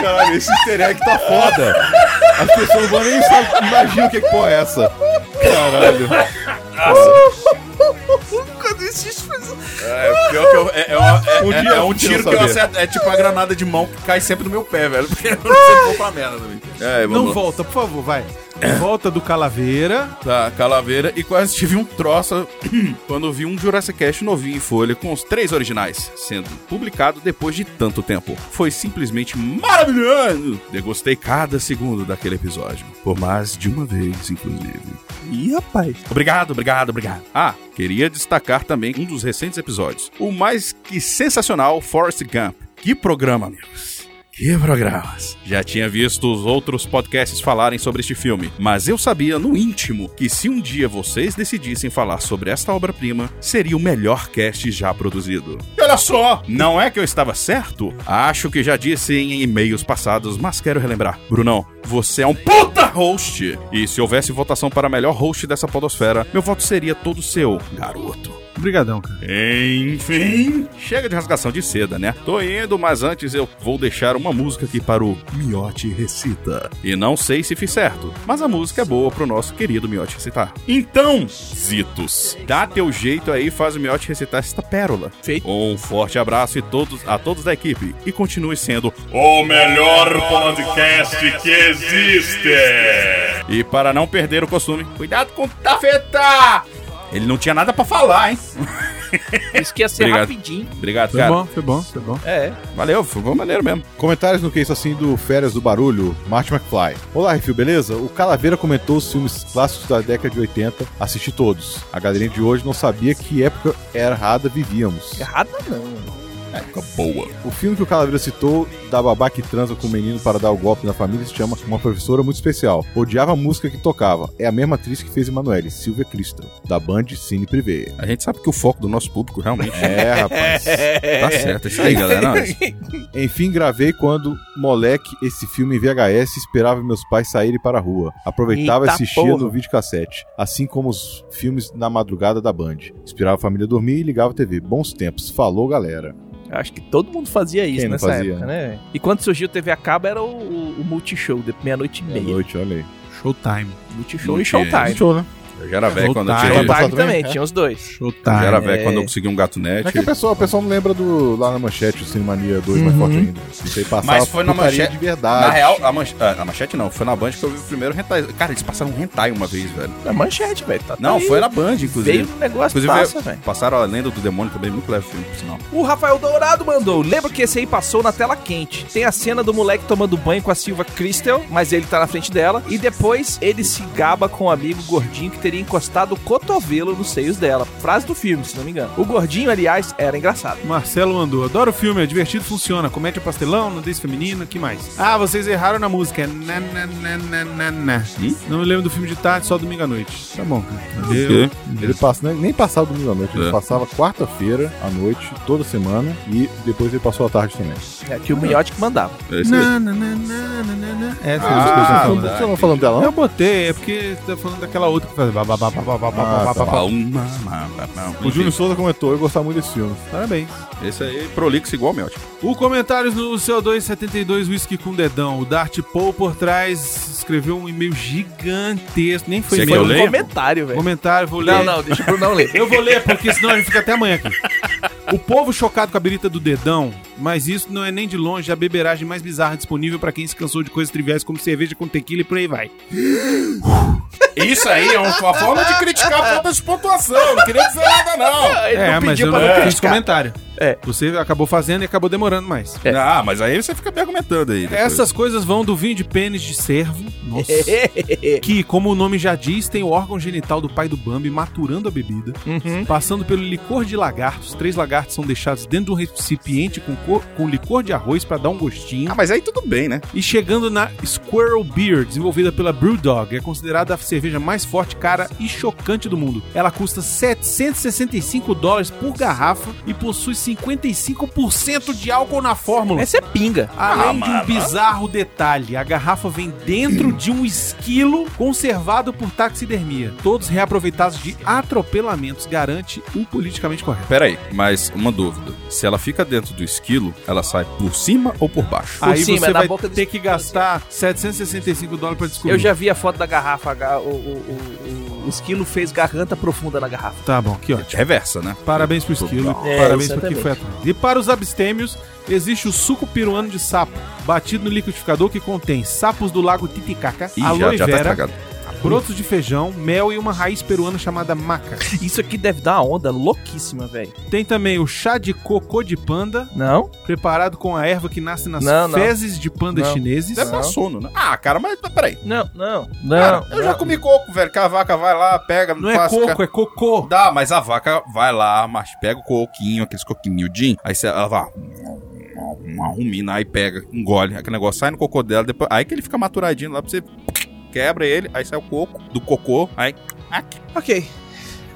Speaker 4: Caralho, esse easter egg tá foda. As pessoas não vão nem saber, imaginam o que, que porra é essa. Caralho.
Speaker 2: Quando existe faz um-
Speaker 3: É, pior que eu- é, é uma- é-
Speaker 4: Um
Speaker 3: é-
Speaker 4: dia
Speaker 3: é um
Speaker 4: eu
Speaker 3: tiro que
Speaker 4: saber.
Speaker 3: eu acerto. É tipo a granada de mão que cai sempre no meu pé, velho. Porque eu não sei vou pra merda também. É,
Speaker 1: Não
Speaker 3: vamos lá.
Speaker 1: volta, por favor, vai. Volta do Calaveira.
Speaker 3: Tá, Calaveira. E quase tive um troço quando vi um Jurassic Cast novinho em folha com os três originais, sendo publicado depois de tanto tempo. Foi simplesmente maravilhoso! Degostei cada segundo daquele episódio. Por mais de uma vez, inclusive.
Speaker 2: Ih, rapaz.
Speaker 3: Obrigado, obrigado, obrigado. Ah, queria destacar também um dos recentes episódios. O mais que sensacional Forrest Gump. Que programa, amigos. Que programas. Já tinha visto os outros podcasts falarem sobre este filme, mas eu sabia no íntimo que se um dia vocês decidissem falar sobre esta obra-prima, seria o melhor cast já produzido. E olha só, não é que eu estava certo? Acho que já disse em e-mails passados, mas quero relembrar. Brunão, você é um puta host! E se houvesse votação para melhor host dessa podosfera, meu voto seria todo seu, garoto.
Speaker 1: Obrigadão, cara.
Speaker 3: Enfim, chega de rasgação de seda, né? Tô indo, mas antes eu vou deixar uma música aqui para o Miote Recita. E não sei se fiz certo, mas a música é boa pro nosso querido Miote recitar. Então, Zitos, dá teu jeito aí e faz o Miote recitar esta pérola.
Speaker 2: Feito.
Speaker 3: Um forte abraço e todos, a todos da equipe e continue sendo o melhor podcast que existe. E para não perder o costume, cuidado com o tafeta! Ele não tinha nada pra falar, hein?
Speaker 2: Isso que ia ser
Speaker 3: Obrigado.
Speaker 2: rapidinho.
Speaker 3: Obrigado,
Speaker 1: Foi
Speaker 3: cara.
Speaker 1: bom, foi bom, foi bom.
Speaker 2: É.
Speaker 3: Valeu, foi bom maneiro mesmo.
Speaker 4: Comentários no que isso assim do Férias do Barulho, Marty McFly. Olá, Refil, beleza? O Calaveira comentou os filmes clássicos da década de 80, assisti todos. A galerinha de hoje não sabia que época errada vivíamos.
Speaker 2: Errado não. é.
Speaker 3: Época É, boa.
Speaker 4: O filme que o Calaveira citou, da babá que transa com o menino para dar o golpe na família, se chama Uma Professora Muito Especial. Odiava a música que tocava. É a mesma atriz que fez Emanuele, Silvia Crystal, da Band Cine Privé.
Speaker 3: A gente sabe que o foco do nosso público realmente
Speaker 4: É, rapaz.
Speaker 3: tá certo. É isso aí, galera. Não, isso-
Speaker 4: Enfim, gravei quando moleque esse filme em VHS e esperava meus pais saírem para a rua. Aproveitava e
Speaker 2: Eita
Speaker 4: assistia
Speaker 2: porra.
Speaker 4: no videocassete, assim como os filmes na madrugada da Band. Esperava a família dormir e ligava a TV. Bons tempos. Falou, galera.
Speaker 2: Eu acho que todo mundo fazia isso
Speaker 4: Quem não
Speaker 2: nessa
Speaker 4: fazia?
Speaker 2: época, né? velho? E quando surgiu o TV a cabo era o, o, o Multishow, de meia-noite e meia.
Speaker 4: Meia-noite, olha aí.
Speaker 1: Showtime.
Speaker 2: Multishow e
Speaker 3: Multishow.
Speaker 2: Showtime.
Speaker 4: Show, né?
Speaker 3: Eu já era velho quando eu
Speaker 4: Showtime.
Speaker 2: é
Speaker 3: tirei.
Speaker 4: Showtime
Speaker 2: também, tinha os dois.
Speaker 3: Eu já era
Speaker 2: É.
Speaker 3: velho quando eu consegui um gato net.
Speaker 4: É que a pessoa, a pessoa não lembra do lá na manchete, o Cinemania 2 mais
Speaker 2: Uhum.
Speaker 4: forte ainda. Não sei passar.
Speaker 3: Mas foi na
Speaker 4: putaria
Speaker 3: manchete.
Speaker 4: de verdade.
Speaker 3: Na real, a, manche- ah, a manchete não, foi na Band que eu vi o primeiro hentai. Cara, eles passaram um hentai uma vez, velho.
Speaker 2: É manchete, velho. Tá,
Speaker 3: Não, foi na Band, inclusive.
Speaker 2: Veio um negócio
Speaker 3: inclusive,
Speaker 2: massa,
Speaker 3: eu-
Speaker 2: velho.
Speaker 3: passaram a Lenda do Demônio também, muito leve filme, por sinal.
Speaker 2: O Rafael Dourado mandou. Lembra que esse aí passou na tela quente. Tem a cena do moleque tomando banho com a Silva Crystal, mas ele tá na frente dela. E depois ele se gaba com um amigo gordinho que teria encostado o cotovelo nos seios dela. Frase do filme, se não me engano. O gordinho, aliás, era engraçado.
Speaker 1: Marcelo mandou. Adoro o filme, é divertido, funciona. Comédia pastelão, nudez feminina, que mais? Ah, vocês erraram na música. É na, na, na, na, na, na. né, Não me lembro do filme de tarde, só domingo à noite. Tá bom, cara. Deu.
Speaker 4: Ele passa, né, nem, nem passava domingo à noite, ele
Speaker 3: É.
Speaker 4: passava quarta-feira à noite, toda semana, e depois ele passou a tarde também.
Speaker 2: É que o Miotti que mandava.
Speaker 3: É isso aí.
Speaker 1: Na, na, na, na, na, na, na. É,
Speaker 3: Ah,
Speaker 4: Vocês não falam-
Speaker 3: tá,
Speaker 4: vocês não falando dela, não?
Speaker 1: Eu botei, é porque tá falando daquela outra que faz. ba, ba, ba, ba, ba, ba, ba, ba, ba, ba.
Speaker 3: Ah, uma, uma, uma, uma.
Speaker 4: O Júlio Souza comentou, eu gostava muito desse filme.
Speaker 1: Parabéns.
Speaker 3: Esse aí, prolixo igual o tipo. Miotti.
Speaker 1: O comentários no CO272 Whisky com dedão. O Dart Paul por trás escreveu um e-mail gigantesco. Nem foi
Speaker 3: Você
Speaker 1: e-mail.
Speaker 3: que eu leio?
Speaker 2: Um Comentário, velho.
Speaker 1: Comentário, vou ler.
Speaker 7: Não, não, deixa o Brunão ler.
Speaker 1: Eu vou ler, porque senão a gente fica até amanhã aqui. O povo chocado com a birita do dedão, mas isso não é nem de longe a beberagem mais bizarra disponível pra quem se cansou de coisas triviais como cerveja com tequila e por aí vai.
Speaker 3: Isso aí é uma forma de criticar a falta de pontuação. Não queria dizer nada, não.
Speaker 2: Ele não pediu
Speaker 1: É, não
Speaker 2: pra não
Speaker 1: fiz
Speaker 2: criticar.
Speaker 1: comentário.
Speaker 2: É.
Speaker 1: Você acabou fazendo e acabou demorando mais.
Speaker 2: É.
Speaker 3: Ah, mas aí você fica me argumentando aí. depois.
Speaker 1: Essas coisas vão do vinho de pênis de servo, nossa, que, como o nome já diz, tem o órgão genital do pai do Bambi maturando a bebida,
Speaker 2: Uhum.
Speaker 1: passando pelo licor de lagartos. Três lagartos são deixados dentro de um recipiente com, cor- com licor de arroz pra dar um gostinho.
Speaker 3: Ah, mas aí tudo bem, né?
Speaker 1: E chegando na Squirrel Beer, desenvolvida pela Brewdog, é considerada a cerveja mais forte, cara e chocante do mundo. Ela custa 765 dólares por garrafa e possui 55% de álcool na fórmula.
Speaker 2: Essa é pinga.
Speaker 1: Além de um bizarro detalhe, a garrafa vem dentro de um esquilo conservado por taxidermia. Todos reaproveitados de atropelamentos, garante o politicamente correto.
Speaker 3: Pera aí, mas uma dúvida. Se ela fica dentro do esquilo, ela sai por cima ou por baixo?
Speaker 2: Por
Speaker 1: Aí
Speaker 2: cima,
Speaker 1: você
Speaker 2: na
Speaker 1: vai
Speaker 2: boca do assim,
Speaker 1: ter que gastar 765 dólares pra descobrir.
Speaker 2: Eu já vi a foto da garrafa. a ga- O, o- o- o- o esquilo fez garganta profunda na garrafa.
Speaker 1: Tá bom, que ótimo.
Speaker 3: Reversa, né?
Speaker 1: Parabéns pro esquilo,
Speaker 2: É,
Speaker 1: parabéns pro
Speaker 2: exatamente.
Speaker 1: que foi atrás. E para os abstêmios, existe o suco peruano de sapo, batido no liquidificador que contém sapos do lago Titicaca,
Speaker 3: Ih,
Speaker 1: aloe
Speaker 3: já, já tá
Speaker 1: vera,
Speaker 3: estragado.
Speaker 1: brotos de feijão, mel e uma raiz peruana chamada maca.
Speaker 2: Isso aqui deve dar uma onda louquíssima, velho.
Speaker 1: Tem também o chá de cocô de panda,
Speaker 2: Não?
Speaker 1: preparado com a erva que nasce nas
Speaker 2: Não, não.
Speaker 1: fezes de pandas
Speaker 2: Não. é
Speaker 1: chineses.
Speaker 3: Deve dar sono, né? Ah, cara, mas peraí.
Speaker 2: Não, não. Não.
Speaker 3: Cara, eu
Speaker 2: não.
Speaker 3: já comi coco, velho. Que a vaca vai lá, pega,
Speaker 1: Não é
Speaker 3: faz-
Speaker 1: coco, é cocô.
Speaker 3: Dá, mas a vaca vai lá, mas pega o coquinho, aqueles coquinhos miudinhos, aí você, ela vai. Arrumina, aí pega, engole, aquele negócio sai no cocô dela, depois, aí que ele fica maturadinho lá pra você. Quebra ele, aí sai o coco do cocô, aí.
Speaker 2: Ok.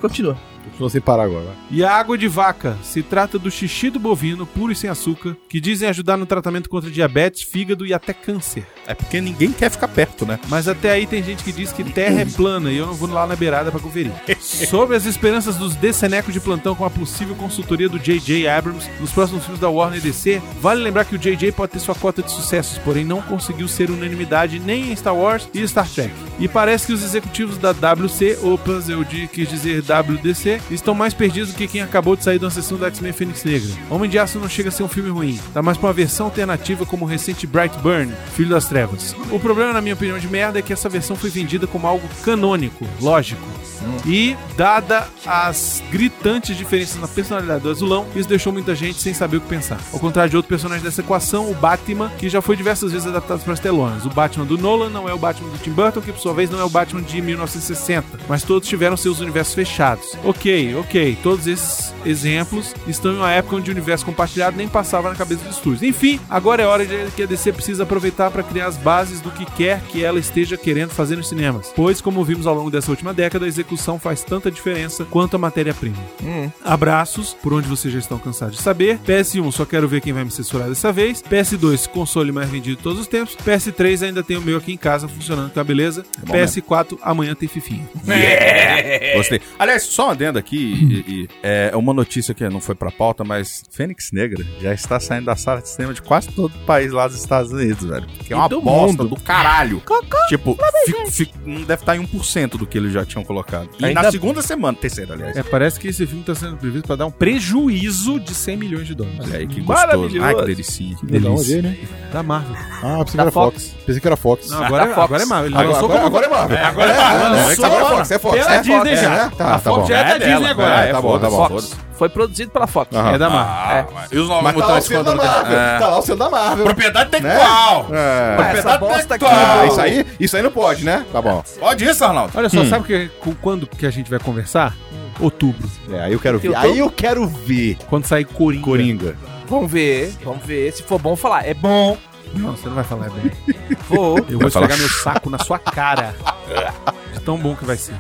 Speaker 2: Continua.
Speaker 4: Continua sem parar agora. vai.
Speaker 1: E a água de vaca se trata do xixi do bovino, puro e sem açúcar, que dizem ajudar no tratamento contra diabetes, fígado e até câncer.
Speaker 3: É porque ninguém quer ficar perto, né?
Speaker 1: Mas até aí tem gente que diz que terra é plana e eu não vou lá na beirada pra conferir. Sobre as esperanças dos decenecos de plantão com a possível consultoria do J.J. Abrams nos próximos filmes da Warner DC, vale lembrar que o J.J. pode ter sua cota de sucessos, porém não conseguiu ser unanimidade nem em Star Wars e Star Trek. E parece que os executivos da WC, opas, eu di- quis dizer WDC, estão mais perdidos do que quem acabou de sair de uma sessão da X-Men Fênix Negra. Homem de Aço não chega a ser um filme ruim, tá mais pra uma versão alternativa como o recente Bright Burn, Filho das Trevas. O problema, na minha opinião de merda, é que essa versão foi vendida como algo canônico, lógico. E, dada as gritantes diferenças na personalidade do azulão, isso deixou muita gente sem saber o que pensar. Ao contrário de outro personagem dessa equação, o Batman, que já foi diversas vezes adaptado para as telonas. O Batman do Nolan não é o Batman do Tim Burton, que por sua vez não é o Batman de 1960, mas todos tiveram seus universos fechados. Ok, ok, todos esses exemplos estão em uma época onde o universo compartilhado nem passava na cabeça dos estúdios. Enfim, agora é hora de que a DC precisa aproveitar para criar as bases do que quer que ela esteja querendo fazer nos cinemas, pois, como vimos ao longo dessa última década, a execução faz tanta diferença quanto a matéria-prima. Abraços, por onde vocês já estão cansados de saber. PS1, só quero ver quem vai me censurar dessa vez. PS2, console mais vendido de todos os tempos. PS3, ainda tem o meu aqui em casa funcionando com a beleza.
Speaker 3: bom
Speaker 1: PS4, amanhã tem fifinha. É.
Speaker 3: Gostei. Aliás, só um adendo. vendo aqui e- e- é uma notícia que não foi pra pauta, mas Fênix Negra já está saindo da sala de cinema de quase todo o país lá dos Estados Unidos, velho. Que é
Speaker 2: E
Speaker 3: uma
Speaker 2: do
Speaker 3: bosta
Speaker 2: mundo.
Speaker 3: do caralho. Tipo, fi- fi- não deve estar em 1% do que eles já tinham colocado. E
Speaker 1: Ainda-
Speaker 3: na segunda semana, terceira, aliás.
Speaker 1: É, parece que esse filme tá sendo previsto pra dar um prejuízo de 100 milhões de dólares.
Speaker 3: Olha aí, que gostoso.
Speaker 1: Maravilhoso.
Speaker 3: Ai, que delicinha. Que
Speaker 1: Legal,
Speaker 3: delícia.
Speaker 1: olhei, né? Da Marvel.
Speaker 4: Ah, pensei que era Fox. Pensei que era Fox.
Speaker 1: Não, agora,
Speaker 4: Da Fox.
Speaker 1: agora é Marvel. Ele
Speaker 4: Agora-
Speaker 1: lançou
Speaker 4: agora-
Speaker 1: como-
Speaker 4: agora é Marvel.
Speaker 1: É, agora é
Speaker 4: É,
Speaker 1: Marvel.
Speaker 4: é, é que agora é
Speaker 1: Lançou
Speaker 4: Fox, é Fox,
Speaker 1: Pela
Speaker 4: é Fox,
Speaker 1: Disney
Speaker 4: é,
Speaker 1: já.
Speaker 4: é, tá,
Speaker 1: a
Speaker 4: tá
Speaker 1: Fox
Speaker 4: bom.
Speaker 1: já é da
Speaker 4: É
Speaker 1: Disney
Speaker 4: dela,
Speaker 1: agora.
Speaker 4: é, tá bom, tá bom,
Speaker 1: Fox.
Speaker 2: Foi produzido pela Fox.
Speaker 1: É da Marvel.
Speaker 2: É.
Speaker 3: Ah, E os novos
Speaker 4: Mas tá lá o
Speaker 3: mutantes
Speaker 4: selo da
Speaker 3: contando
Speaker 4: Marvel.
Speaker 1: É.
Speaker 4: Tá lá o selo da Marvel.
Speaker 3: Propriedade intelectual!
Speaker 4: Né? É.
Speaker 3: Propriedade
Speaker 2: bosta aqui.
Speaker 4: Ah,
Speaker 3: intelectual!
Speaker 4: isso aí, isso aí não pode, né? Tá bom.
Speaker 3: Pode isso, Arnaldo.
Speaker 1: Olha só, sabe que, é cu- quando que a gente vai conversar? Outubro.
Speaker 4: É, aí eu quero
Speaker 2: Eu
Speaker 4: ver.
Speaker 2: tô-
Speaker 4: Aí eu quero ver.
Speaker 1: Quando sair Coringa.
Speaker 4: Coringa.
Speaker 2: Vamos ver, vamos ver. Se for bom, falar. É bom.
Speaker 1: Não, você não vai falar bem.
Speaker 2: Vou.
Speaker 1: Eu
Speaker 3: Vai
Speaker 1: vou
Speaker 3: falar-
Speaker 1: esfregar meu saco na sua cara. De tão bom que vai ser.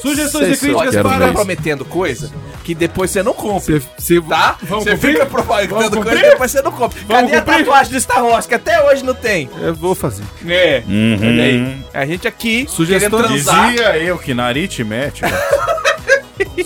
Speaker 1: Sugestões e
Speaker 2: Vocês só
Speaker 1: críticas
Speaker 3: quero
Speaker 2: ficam
Speaker 1: para...
Speaker 3: ver isso.
Speaker 2: prometendo coisa que depois você não compra.
Speaker 1: Cê- cê-
Speaker 2: Tá?
Speaker 1: Vamos
Speaker 2: Você
Speaker 1: cumprir?
Speaker 2: fica
Speaker 1: Vamos
Speaker 2: propagando coisa
Speaker 1: cumprir?
Speaker 2: que depois você não compra. Cadê a
Speaker 1: cumprir?
Speaker 2: tatuagem do Star Wars que até hoje não tem?
Speaker 1: Eu vou fazer.
Speaker 2: É. Olha
Speaker 3: Uhum.
Speaker 2: aí. A gente aqui
Speaker 1: Sugestões-
Speaker 2: querendo transar.
Speaker 3: Dizia eu que Narite mete.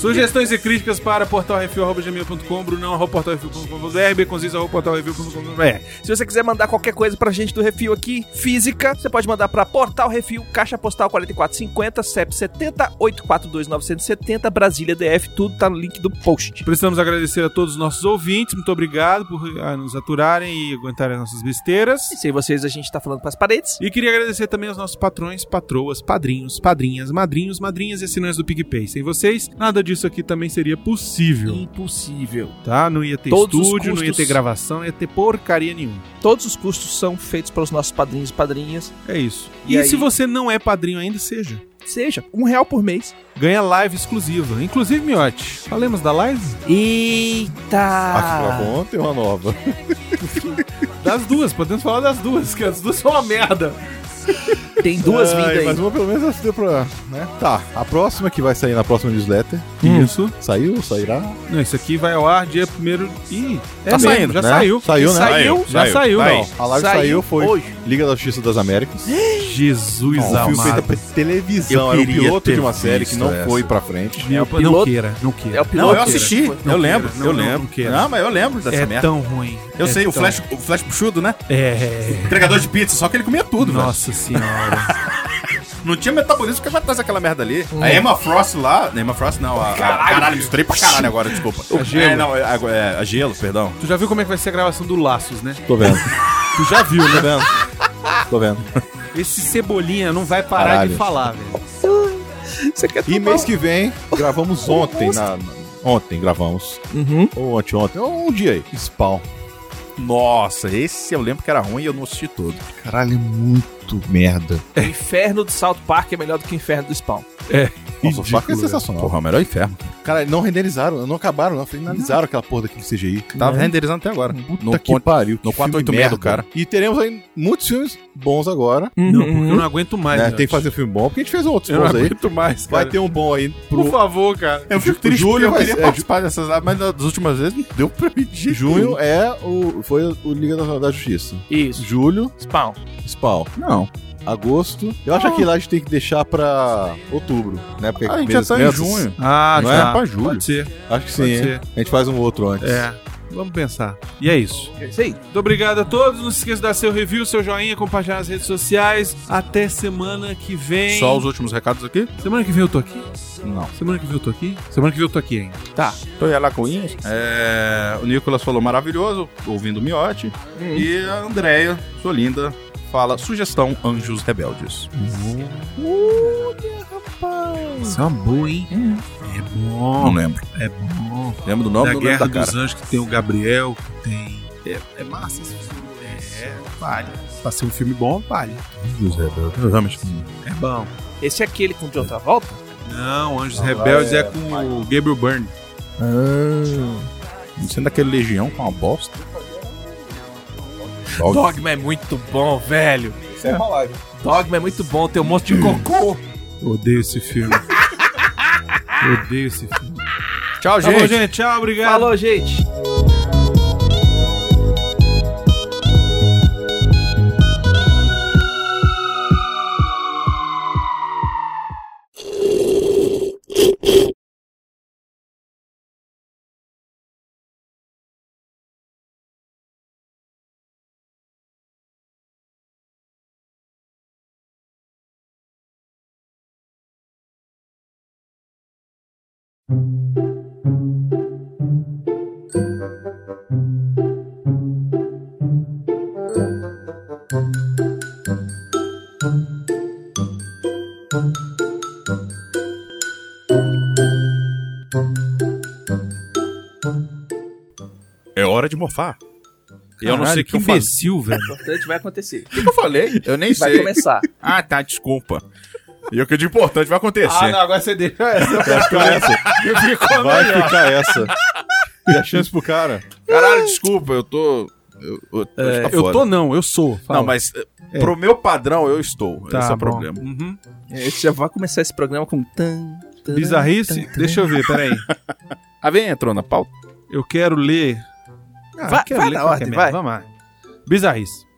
Speaker 1: Sugestões e críticas para portalrefil.gmail.com, brunão, arroba portalrefil.com.br, beconziz, arroba portalrefil.com.br.
Speaker 2: Se você quiser mandar qualquer coisa pra gente do Refil aqui, física, você pode mandar pra Portal Refil, Caixa Postal 4450, CEP 70, 842-970, Brasília DF, tudo tá no link do post.
Speaker 1: Precisamos agradecer a todos os nossos ouvintes, muito obrigado por ah, nos aturarem e aguentarem as nossas besteiras.
Speaker 2: E sem vocês a gente tá falando pras paredes.
Speaker 1: E queria agradecer também aos nossos patrões, patroas, padrinhos, padrinhas, madrinhos, madrinhas e assinantes do PicPay. Sem vocês, nada disso aqui também seria possível,
Speaker 2: Impossível.
Speaker 1: tá? Não ia ter
Speaker 2: Todos os
Speaker 1: estúdio, não ia
Speaker 2: custos.
Speaker 1: ter gravação, não ia ter porcaria nenhuma.
Speaker 2: Todos os custos são feitos pelos nossos padrinhos e padrinhas.
Speaker 1: É isso.
Speaker 2: E
Speaker 1: E,
Speaker 2: aí?
Speaker 1: se você não é padrinho ainda, seja.
Speaker 2: Seja, um real por mês.
Speaker 1: Ganha live exclusiva. Inclusive, Miote, falemos da live?
Speaker 4: Ah.
Speaker 2: Eita!
Speaker 4: ontem uma nova.
Speaker 1: Das duas, podemos falar das duas, que as duas são uma merda.
Speaker 2: Tem duas
Speaker 4: Ai,
Speaker 2: vindas
Speaker 4: É, Mas
Speaker 2: aí.
Speaker 4: uma pelo menos deu pra. Né? Tá, a próxima que vai sair na próxima newsletter.
Speaker 1: Isso.
Speaker 4: Saiu? Sairá?
Speaker 1: Não, isso aqui vai ao ar dia primeiro. Ih, é
Speaker 4: Tá
Speaker 1: mesmo,
Speaker 4: saindo,
Speaker 1: já
Speaker 4: né?
Speaker 1: saiu.
Speaker 4: Saiu, né?
Speaker 1: Saiu, já saiu,
Speaker 3: tá
Speaker 1: não.
Speaker 3: aí.
Speaker 4: A live
Speaker 2: Saiu
Speaker 4: saiu, foi
Speaker 2: hoje.
Speaker 4: Liga da Justiça das Américas.
Speaker 1: Jesus
Speaker 4: um filme feito
Speaker 1: amado.
Speaker 4: pra televisão.
Speaker 3: Eu
Speaker 4: era o
Speaker 3: queria
Speaker 4: piloto
Speaker 3: ter
Speaker 4: de uma série que
Speaker 3: visto
Speaker 4: não
Speaker 3: essa.
Speaker 4: foi pra frente.
Speaker 1: Não,
Speaker 2: piloto-
Speaker 1: queira, É não queira.
Speaker 2: É o piloto.
Speaker 3: Não, eu assisti. eu lembro,
Speaker 1: queira,
Speaker 3: eu
Speaker 1: não,
Speaker 3: lembro.
Speaker 1: não queira.
Speaker 3: Não, mas eu lembro dessa
Speaker 1: é
Speaker 3: merda.
Speaker 1: tão ruim.
Speaker 3: Eu
Speaker 1: É
Speaker 3: sei, o
Speaker 1: tão-
Speaker 3: Flash, o Flash Puxudo, né?
Speaker 1: É.
Speaker 3: Entregador de pizza, só que ele comia tudo, velho.
Speaker 1: Nossa senhora.
Speaker 3: Não tinha metabolismo que vai trazer aquela merda ali.
Speaker 1: Hum.
Speaker 3: A Emma Frost lá. Emma Frost não, a. Caralho, caralho misturei pra caralho agora, desculpa. A gelo. É, não, é, a, é, a gelo, perdão.
Speaker 1: tu já viu como é que vai ser a gravação do Laços, né?
Speaker 4: Tô vendo.
Speaker 1: Tu já viu,
Speaker 4: Tô
Speaker 1: né?
Speaker 4: vendo. Tô vendo.
Speaker 1: Esse cebolinha não vai parar
Speaker 4: Caralho.
Speaker 1: de falar, velho.
Speaker 2: Você quer
Speaker 4: E
Speaker 2: tomar
Speaker 4: mês
Speaker 2: um-
Speaker 4: que vem, gravamos ontem. na- na- ontem gravamos.
Speaker 2: Uhum.
Speaker 4: Ou ontem, ontem. Ou um dia aí. Spawn.
Speaker 3: Nossa, esse eu lembro que era ruim e eu não assisti todo.
Speaker 4: Caralho, é muito merda.
Speaker 2: O um? inferno do South Park é melhor do que o inferno do Spawn.
Speaker 4: Nossa, o Faca é
Speaker 1: Ridículo,
Speaker 4: sensacional.
Speaker 3: Porra, é o melhor inferno.
Speaker 4: Cara, não renderizaram, não acabaram, não finalizaram aquela porra daquele CGI.
Speaker 1: é?
Speaker 3: Tava renderizando até agora.
Speaker 4: Puta
Speaker 3: No
Speaker 4: que
Speaker 3: ponto-
Speaker 4: pariu.
Speaker 3: no
Speaker 4: que
Speaker 3: 486 do cara.
Speaker 4: E teremos aí muitos filmes bons agora.
Speaker 1: Não, porque eu não aguento mais.
Speaker 4: né?
Speaker 1: velho.
Speaker 4: Tem que fazer um filme bom, porque a gente fez outros
Speaker 1: Eu não
Speaker 4: bons aí.
Speaker 1: aguento mais,
Speaker 4: Vai
Speaker 1: cara.
Speaker 4: ter um bom aí pro
Speaker 1: Por favor, cara.
Speaker 3: Eu fico
Speaker 4: é um triste porque eu
Speaker 3: eu
Speaker 4: queria
Speaker 3: queria participar dessas mas das últimas vezes não deu pra mim
Speaker 4: junho. É o, foi o Liga da, da Justiça.
Speaker 2: Isso.
Speaker 4: Julho,
Speaker 2: Spawn.
Speaker 4: Spawn.
Speaker 3: Não.
Speaker 4: Agosto. Eu acho que lá a gente tem que deixar pra outubro, né? Porque
Speaker 3: A gente já
Speaker 4: mês das
Speaker 3: tá em
Speaker 4: crianças.
Speaker 3: junho.
Speaker 1: Ah,
Speaker 4: Não
Speaker 1: tá.
Speaker 4: é pra julho.
Speaker 1: Pode ser,
Speaker 4: Acho que sim.
Speaker 1: pode
Speaker 4: hein?
Speaker 1: ser.
Speaker 4: A gente faz um outro antes.
Speaker 1: É. Vamos pensar. E é isso.
Speaker 2: É isso aí.
Speaker 1: Muito obrigado a todos. Não se esqueça de dar seu review, seu joinha, compartilhar nas redes sociais. Até semana que vem.
Speaker 3: Só os últimos recados aqui?
Speaker 1: Semana que vem eu tô aqui?
Speaker 3: Não.
Speaker 1: Semana que vem eu tô aqui? Semana que vem eu tô aqui ainda.
Speaker 2: Tá.
Speaker 3: Tô ia lá com Inhas. É, o Nicolas falou maravilhoso, ouvindo o Miote.
Speaker 1: Uhum.
Speaker 3: E a Andréia, sua linda, fala sugestão Anjos Rebeldes.
Speaker 1: Isso é uma boa, hein? É
Speaker 3: Não
Speaker 1: bom,
Speaker 3: lembro.
Speaker 1: é bom.
Speaker 3: Lembro do nome
Speaker 1: da
Speaker 3: do nome
Speaker 1: Guerra
Speaker 3: da
Speaker 1: dos
Speaker 3: cara.
Speaker 1: Anjos, que tem o Gabriel, que tem... É, é massa esse filme. É, vale. Pra ser um filme bom, vale.
Speaker 3: Anjos Rebeldes.
Speaker 1: É bom.
Speaker 2: Esse é aquele com o John Travolta?
Speaker 1: Não, Anjos Rebeldes é, com o Gabriel Byrne.
Speaker 4: Ah.
Speaker 3: Sendo aquele Legião com uma bosta.
Speaker 2: Dogma é muito bom, velho. Dogma é muito bom, tem um monte de cocô.
Speaker 1: Eu odeio esse filme. Eu odeio esse filme.
Speaker 3: Tchau,
Speaker 1: Tá
Speaker 3: gente.
Speaker 1: bom, gente. Tchau,
Speaker 4: É.
Speaker 1: obrigado.
Speaker 2: Falou, gente.
Speaker 3: É hora de morfar. E eu não
Speaker 1: Caralho,
Speaker 3: sei o que,
Speaker 1: que
Speaker 3: eu falei.
Speaker 1: imbecil, velho.
Speaker 2: Importante vai acontecer.
Speaker 3: O que, que eu falei? Eu nem
Speaker 2: Vai
Speaker 3: sei.
Speaker 2: começar.
Speaker 3: Ah, tá, desculpa. E o que de importante vai acontecer.
Speaker 1: Ah, não, agora você deixa
Speaker 4: Vai
Speaker 1: essa.
Speaker 4: ficar essa.
Speaker 3: Ficou
Speaker 4: Vai
Speaker 3: melhor.
Speaker 4: ficar essa. E a chance pro cara.
Speaker 3: Caralho, desculpa, eu tô. Eu, eu,
Speaker 1: É,
Speaker 3: tá
Speaker 1: eu
Speaker 3: foda.
Speaker 1: tô não, eu sou. Fala.
Speaker 3: Não, mas eh, pro meu padrão eu estou.
Speaker 1: Tá
Speaker 3: Esse é o
Speaker 1: bom.
Speaker 3: problema.
Speaker 1: Uhum.
Speaker 2: É, Esse já vai começar esse programa com tan. tan,
Speaker 1: Bizarrice,
Speaker 2: tan, tan.
Speaker 1: deixa eu ver, peraí.
Speaker 3: A vem entrou na pauta.
Speaker 1: Eu quero ler. Ah,
Speaker 2: Vai-
Speaker 1: eu quero
Speaker 2: vai na
Speaker 1: qualquer
Speaker 2: ordem,
Speaker 1: merda,
Speaker 2: vai.
Speaker 1: Vamos lá. Bizarrice.